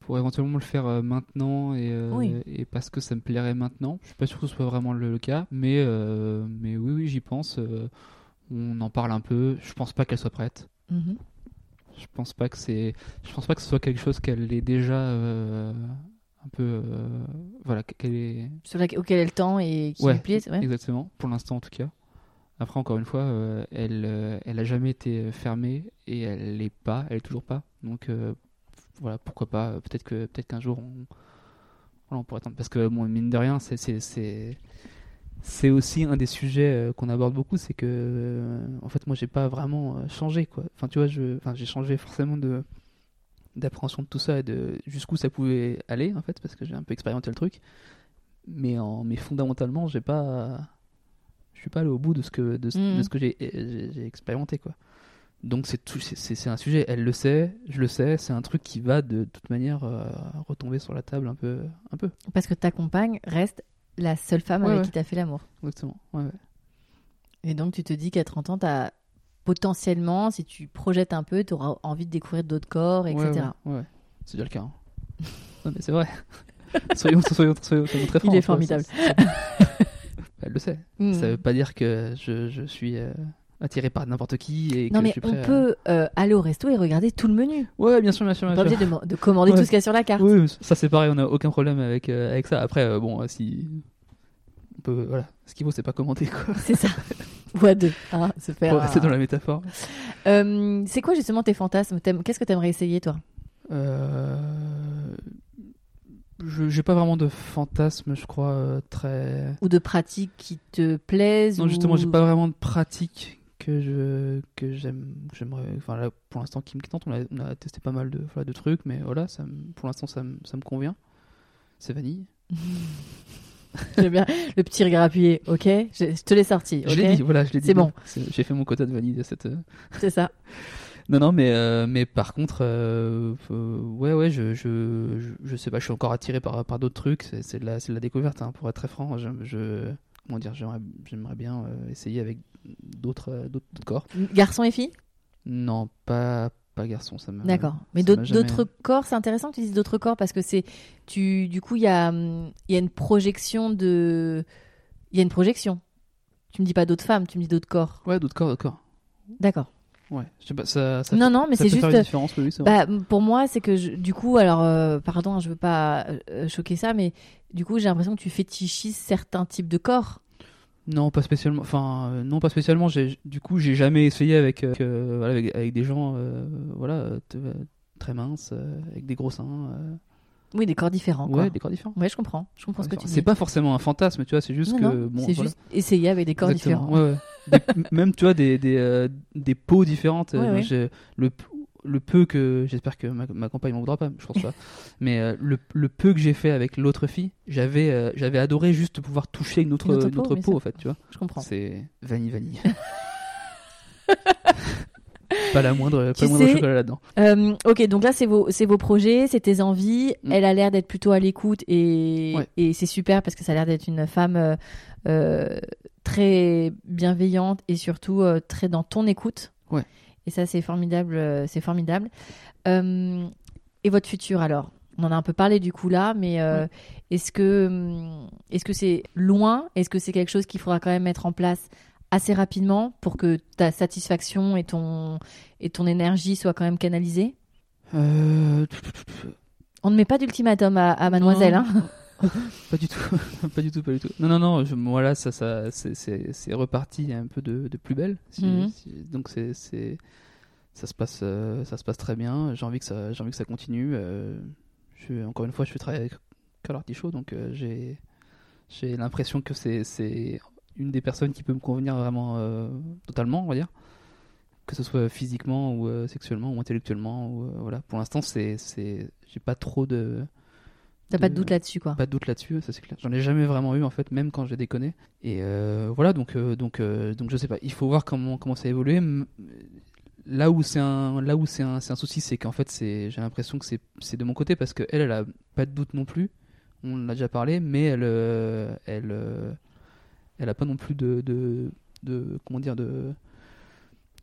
B: pour éventuellement le faire euh, maintenant et euh,
A: Oui.
B: et parce que ça me plairait maintenant. Je suis pas sûr que ce soit vraiment le, le cas, mais euh, mais oui, oui, j'y pense. euh, on en parle un peu. Je pense pas qu'elle soit prête.
A: Mhm.
B: Je pense pas que c'est. Je pense pas que ce soit quelque chose qu'elle est déjà euh, un peu. euh, voilà, qu'elle est.
A: Sur laquelle auquel est le temps et qui
B: Ouais,
A: lui plaît. ouais.
B: Exactement, pour l'instant en tout cas. Après, encore une fois, euh, elle, euh, elle a jamais été fermée et elle l'est pas, elle est toujours pas. Donc euh, voilà, pourquoi pas. euh, Peut-être que peut-être qu'un jour on, voilà, on pourrait attendre. Parce que bon, mine de rien, c'est c'est c'est c'est aussi un des sujets euh, qu'on aborde beaucoup, c'est que euh, en fait, moi, j'ai pas vraiment euh, changé quoi. Enfin, tu vois, je, enfin, j'ai changé forcément de d'appréhension de tout ça et de jusqu'où ça pouvait aller en fait, parce que j'ai un peu expérimenté le truc mais en mais fondamentalement j'ai pas je suis pas allé au bout de ce que de ce,
A: Mhm.
B: de ce que j'ai j'ai j'ai expérimenté quoi donc c'est tout c'est- c'est c'est un sujet elle le sait je le sais c'est un truc qui va de toute manière euh, retomber sur la table un peu un peu
A: Parce que ta compagne reste la seule femme
B: Ouais,
A: avec
B: ouais.
A: qui t'as fait l'amour.
B: exactement ouais, ouais.
A: Et donc, tu te dis qu'à 30 ans, t'as potentiellement, si tu projettes un peu, tu auras envie de découvrir d'autres corps, etc.
B: Ouais, ouais, ouais. c'est déjà le cas hein. *laughs* non mais c'est vrai *laughs* soyons, soyons, soyons, soyons très francs
A: est
B: tu vois,
A: formidable.
B: c'est- c'est- elle le sait
A: Mm.
B: ça veut pas dire que je, je suis euh, attiré par n'importe qui et
A: Non,
B: que je
A: mais
B: suis prêt
A: on
B: à-
A: peut euh, aller au resto et regarder tout le menu.
B: ouais bien sûr bien sûr,
A: On
B: bien
A: n'est pas
B: sûr.
A: obligé de, de commander
B: Ouais.
A: tout ce qu'il y a sur la carte.
B: Oui, ça c'est pareil, on n'a aucun problème avec, euh, avec ça. Après, euh, bon, euh, si. On peut, voilà. Ce qu'il faut, c'est pas commenter, quoi.
A: C'est ça. *laughs* Ou à deux. hein, se faire
B: Pour rester
A: un-
B: dans la métaphore.
A: Euh, c'est quoi justement tes fantasmes T'aimes- Qu'est-ce que t'aimerais essayer, toi
B: Euh, je- J'ai pas vraiment de fantasme, je crois, euh, très.
A: Ou de pratiques qui te plaisent
B: Non,
A: ou-
B: justement, j'ai pas vraiment de pratique que je que j'aime que j'aimerais enfin là pour l'instant qui me tente on a, on a testé pas mal de voilà, de trucs mais voilà ça me- pour l'instant ça me, ça me convient c'est vanille
A: *laughs* J'aime bien le petit regard appuyé, ok je, je te l'ai sorti, ok
B: je l'ai dit voilà je l'ai dit
A: C'est bon.
B: j'ai fait mon quota de vanille de cette euh,
A: C'est ça.
B: Non, non, mais, euh, mais par contre, euh, euh, ouais, ouais, je, je, je, je sais pas, je suis encore attiré par, par d'autres trucs, c'est c'est de, la- c'est de la découverte, hein, pour être très franc. Je, je- comment dire, j'aimerais j'aimerais bien euh, essayer avec d'autres euh, d'autres d'autres corps.
A: Garçon et fille
B: Non, pas, pas garçon, ça me.
A: D'accord. Mais
B: ça
A: d'aut-
B: m'a jamais-
A: d'autres corps, c'est intéressant que tu dises d'autres corps parce que c'est tu du coup il y a hum, il y a une projection de il y a une projection. Tu me dis pas d'autres femmes, tu me dis d'autres corps.
B: Ouais, d'autres corps, d'autres corps.
A: D'accord.
B: Ouais, je sais pas, ça. ça
A: Non
B: fait-
A: non, mais
B: ça
A: c'est
B: peut faire une
A: juste
B: différence, oui, oui, c'est
A: bah,
B: vrai.
A: m- pour moi, c'est que je- du coup, alors, euh, pardon, hein, je veux pas euh, choquer ça, mais du coup, j'ai l'impression que tu fétichises certains types de corps.
B: Non, pas spécialement. Enfin, euh, non, pas spécialement. J'ai, du coup, j'ai jamais essayé avec, euh, avec, euh, voilà, avec, avec des gens, euh, voilà, euh, t- euh, très minces, euh, avec des gros seins. euh,
A: Oui, des corps différents. quoi.
B: ouais, des corps différents.
A: Ouais, je comprends. Je comprends ce que tu dis.
B: C'est pas forcément un fantasme, tu vois, c'est juste
A: Non,
B: que.
A: non,
B: bon,
A: c'est
B: voilà.
A: juste essayer avec des corps
B: Exactement,
A: différents.
B: ouais, ouais. Des- m- même, tu vois, des, des, euh, des peaux différentes. Euh,
A: Ouais,
B: Moi,
A: ouais.
B: j'ai- Le, p- le peu que. J'espère que ma, ma compagne m'en voudra pas, je pense
A: *laughs*
B: pas. Mais euh, le, le peu que j'ai fait avec l'autre fille, j'avais euh, j'avais adoré juste pouvoir toucher une autre,
A: Une autre
B: une
A: peau,
B: autre
A: bien
B: peau,
A: sûr.
B: en fait, tu vois.
A: Je comprends.
B: C'est
A: *laughs*
B: vanille, vanille. pas la moindre,
A: Tu
B: pas le moindre
A: sais-
B: chocolat là-dedans.
A: Euh, ok, donc là, c'est vos, c'est vos projets, c'est tes envies.
B: Mm.
A: Elle a l'air d'être plutôt à l'écoute et,
B: Ouais.
A: et c'est super parce que ça a l'air d'être une femme euh, euh, très bienveillante et surtout euh, très dans ton écoute.
B: Ouais.
A: Et ça, c'est formidable. euh, c'est formidable. Euh, et votre futur alors on en a un peu parlé du coup là, mais euh, est-ce que hum, est-ce que c'est loin Est-ce que c'est quelque chose qu'il faudra quand même mettre en place assez rapidement pour que ta satisfaction et ton et ton énergie soient quand même canalisées
B: Euh,
A: On ne met pas d'ultimatum à, à mademoiselle.
B: Non.
A: Hein
B: Pas du tout, *laughs* pas du tout, pas du tout. Non, non, non, je, voilà, ça, ça, c'est- c'est c'est reparti un peu de, de plus belle. si-
A: Mhm.
B: si- donc, c'est, c'est- ça se passe, euh, ça se passe très bien. J'ai envie que ça, j'ai envie que ça continue. euh, je, suis- encore une fois, je fais travailler avec Carl Artichaut, donc euh, j'ai, j'ai l'impression que c'est, c'est une des personnes qui peut me convenir vraiment euh, totalement, on va dire, que ce soit physiquement ou euh, sexuellement ou intellectuellement. Ou, euh, voilà, pour l'instant, c'est, c'est, j'ai pas trop de
A: T'as pas de
B: Euh,
A: doute là-dessus quoi.
B: pas de doute là-dessus, ça c'est clair. J'en ai jamais vraiment eu en fait, même quand j'ai déconné. Et euh, voilà, donc euh, donc euh, donc je sais pas. Il faut voir comment comment ça évolue. M- Là où c'est un là où c'est un, c'est un souci, c'est qu'en fait c'est j'ai l'impression que c'est c'est de mon côté parce que elle elle a pas de doute non plus. On en a déjà parlé, mais elle euh, elle euh, elle a pas non plus de de, de- comment dire de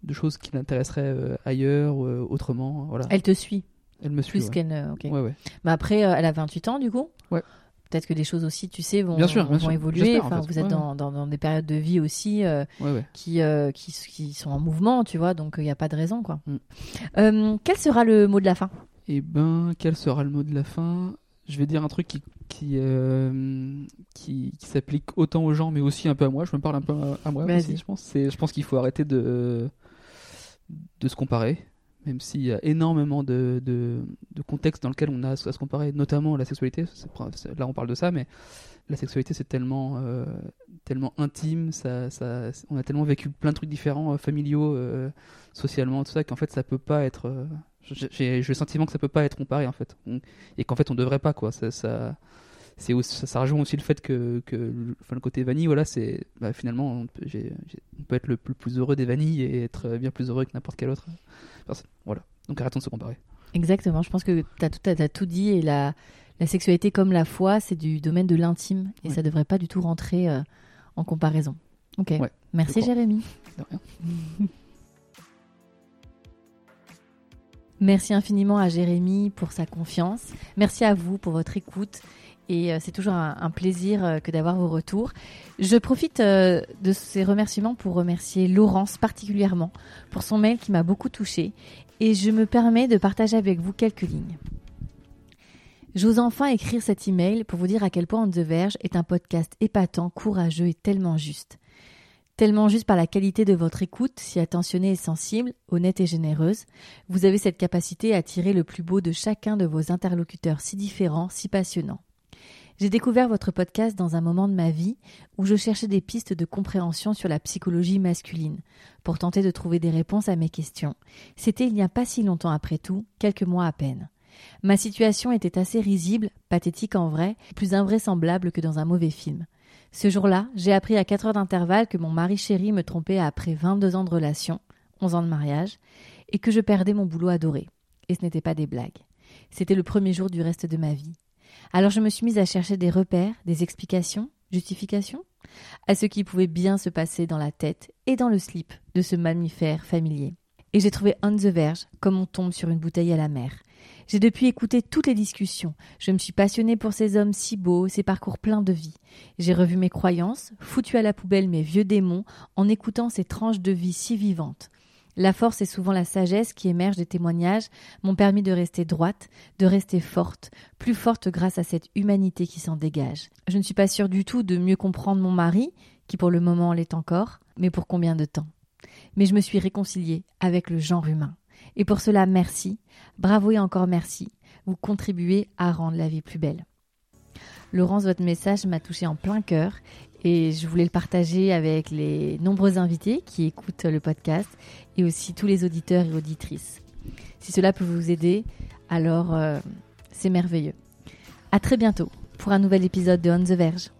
B: de choses qui l'intéresseraient euh, ailleurs ou euh, autrement. Voilà. Elle,
A: Elle te suit
B: me suit.
A: plus
B: ouais.
A: qu'elle. ne- ok.
B: Ouais, ouais.
A: Mais après, euh, elle a 28 ans du coup.
B: Ouais.
A: Peut-être que des choses aussi, tu sais, vont,
B: Bien sûr,
A: vont
B: bien sûr.
A: évoluer.
B: J'espère, en
A: Enfin,
B: fait.
A: vous êtes
B: Ouais,
A: dans, dans- dans des périodes de vie aussi euh,
B: Ouais, ouais.
A: qui, euh, qui, qui sont en mouvement, tu vois. Donc il n'y a pas de raison quoi.
B: Mm.
A: Euh, quel sera le mot de la fin
B: Eh ben, quel sera le mot de la fin Je vais dire un truc qui, qui, euh, qui, qui s'applique autant aux gens, mais aussi un peu à moi. Je me parle un peu à, à moi
A: Vas-y.
B: aussi, je pense. C'est- Je pense qu'il faut arrêter de, de se comparer, même s'il y a énormément de, de, de contextes dans lesquels on a à se à se comparer, notamment la sexualité. C'est- c'est- Là, on parle de ça, mais la sexualité, c'est tellement, euh, tellement intime. Ça, ça, on a tellement vécu plein de trucs différents, euh, familiaux, euh, socialement, tout ça, qu'en fait, ça peut pas être. euh, j'ai- J'ai j'ai le sentiment que ça peut pas être comparé en fait, On- et qu'en fait on devrait pas quoi. Ça, ça, c'est aussi- ça, ça rejoint aussi le fait que, que le, enfin, le côté vanille, voilà, c'est bah, finalement on peut, j'ai- j'ai- on peut être le plus, plus heureux des vanilles et être euh, bien plus heureux que n'importe quelle autre personne. Voilà. Donc arrêtons de se comparer.
A: Exactement, je pense que tu as, tout dit et la, la sexualité comme la foi, c'est du domaine de l'intime et
B: Ouais.
A: ça devrait pas du tout rentrer euh, en comparaison. Ok,
B: Ouais,
A: merci
B: je crois.
A: Jérémy.
B: De rien.
A: *laughs* Merci infiniment à Jérémy pour sa confiance. Merci à vous pour votre écoute. Et euh, c'est toujours un, un plaisir euh, que d'avoir vos retours. Je profite euh, de ces remerciements pour remercier Laurence particulièrement pour son mail qui m'a beaucoup touchée. Et je me permets de partager avec vous quelques lignes. J'ose enfin écrire cet email pour vous dire à quel point On the Verge est un podcast épatant, courageux et tellement juste. Tellement juste par la qualité de votre écoute, si attentionnée et sensible, honnête et généreuse, vous avez cette capacité à tirer le plus beau de chacun de vos interlocuteurs si différents, si passionnants. J'ai découvert votre podcast dans un moment de ma vie où je cherchais des pistes de compréhension sur la psychologie masculine pour tenter de trouver des réponses à mes questions. C'était il n'y a pas si longtemps après tout, quelques mois à peine. Ma situation était assez risible, pathétique en vrai, plus invraisemblable que dans un mauvais film. Ce jour-là, j'ai appris à 4 heures d'intervalle que mon mari chéri me trompait après 22 ans de relation, 11 ans de mariage, et que je perdais mon boulot adoré. Et ce n'était pas des blagues. C'était le premier jour du reste de ma vie. Alors je me suis mise à chercher des repères, des explications, justifications à ce qui pouvait bien se passer dans la tête et dans le slip de ce mammifère familier. Et j'ai trouvé On the Verge comme on tombe sur une bouteille à la mer. J'ai depuis écouté toutes les discussions. Je me suis passionnée pour ces hommes si beaux, ces parcours pleins de vie. J'ai revu mes croyances, foutu à la poubelle mes vieux démons en écoutant ces tranches de vie si vivantes. La force et souvent la sagesse qui émergent des témoignages m'ont permis de rester droite, de rester forte, plus forte grâce à cette humanité qui s'en dégage. Je ne suis pas sûre du tout de mieux comprendre mon mari, qui pour le moment l'est encore, mais pour combien de temps Mais je me suis réconciliée avec le genre humain. Et pour cela, merci. Bravo et encore merci. Vous contribuez à rendre la vie plus belle. Laurence, votre message m'a touché en plein cœur et je voulais le partager avec les nombreux invités qui écoutent le podcast et aussi tous les auditeurs et auditrices. Si cela peut vous aider, alors euh, c'est merveilleux. À très bientôt pour un nouvel épisode de On the Verge.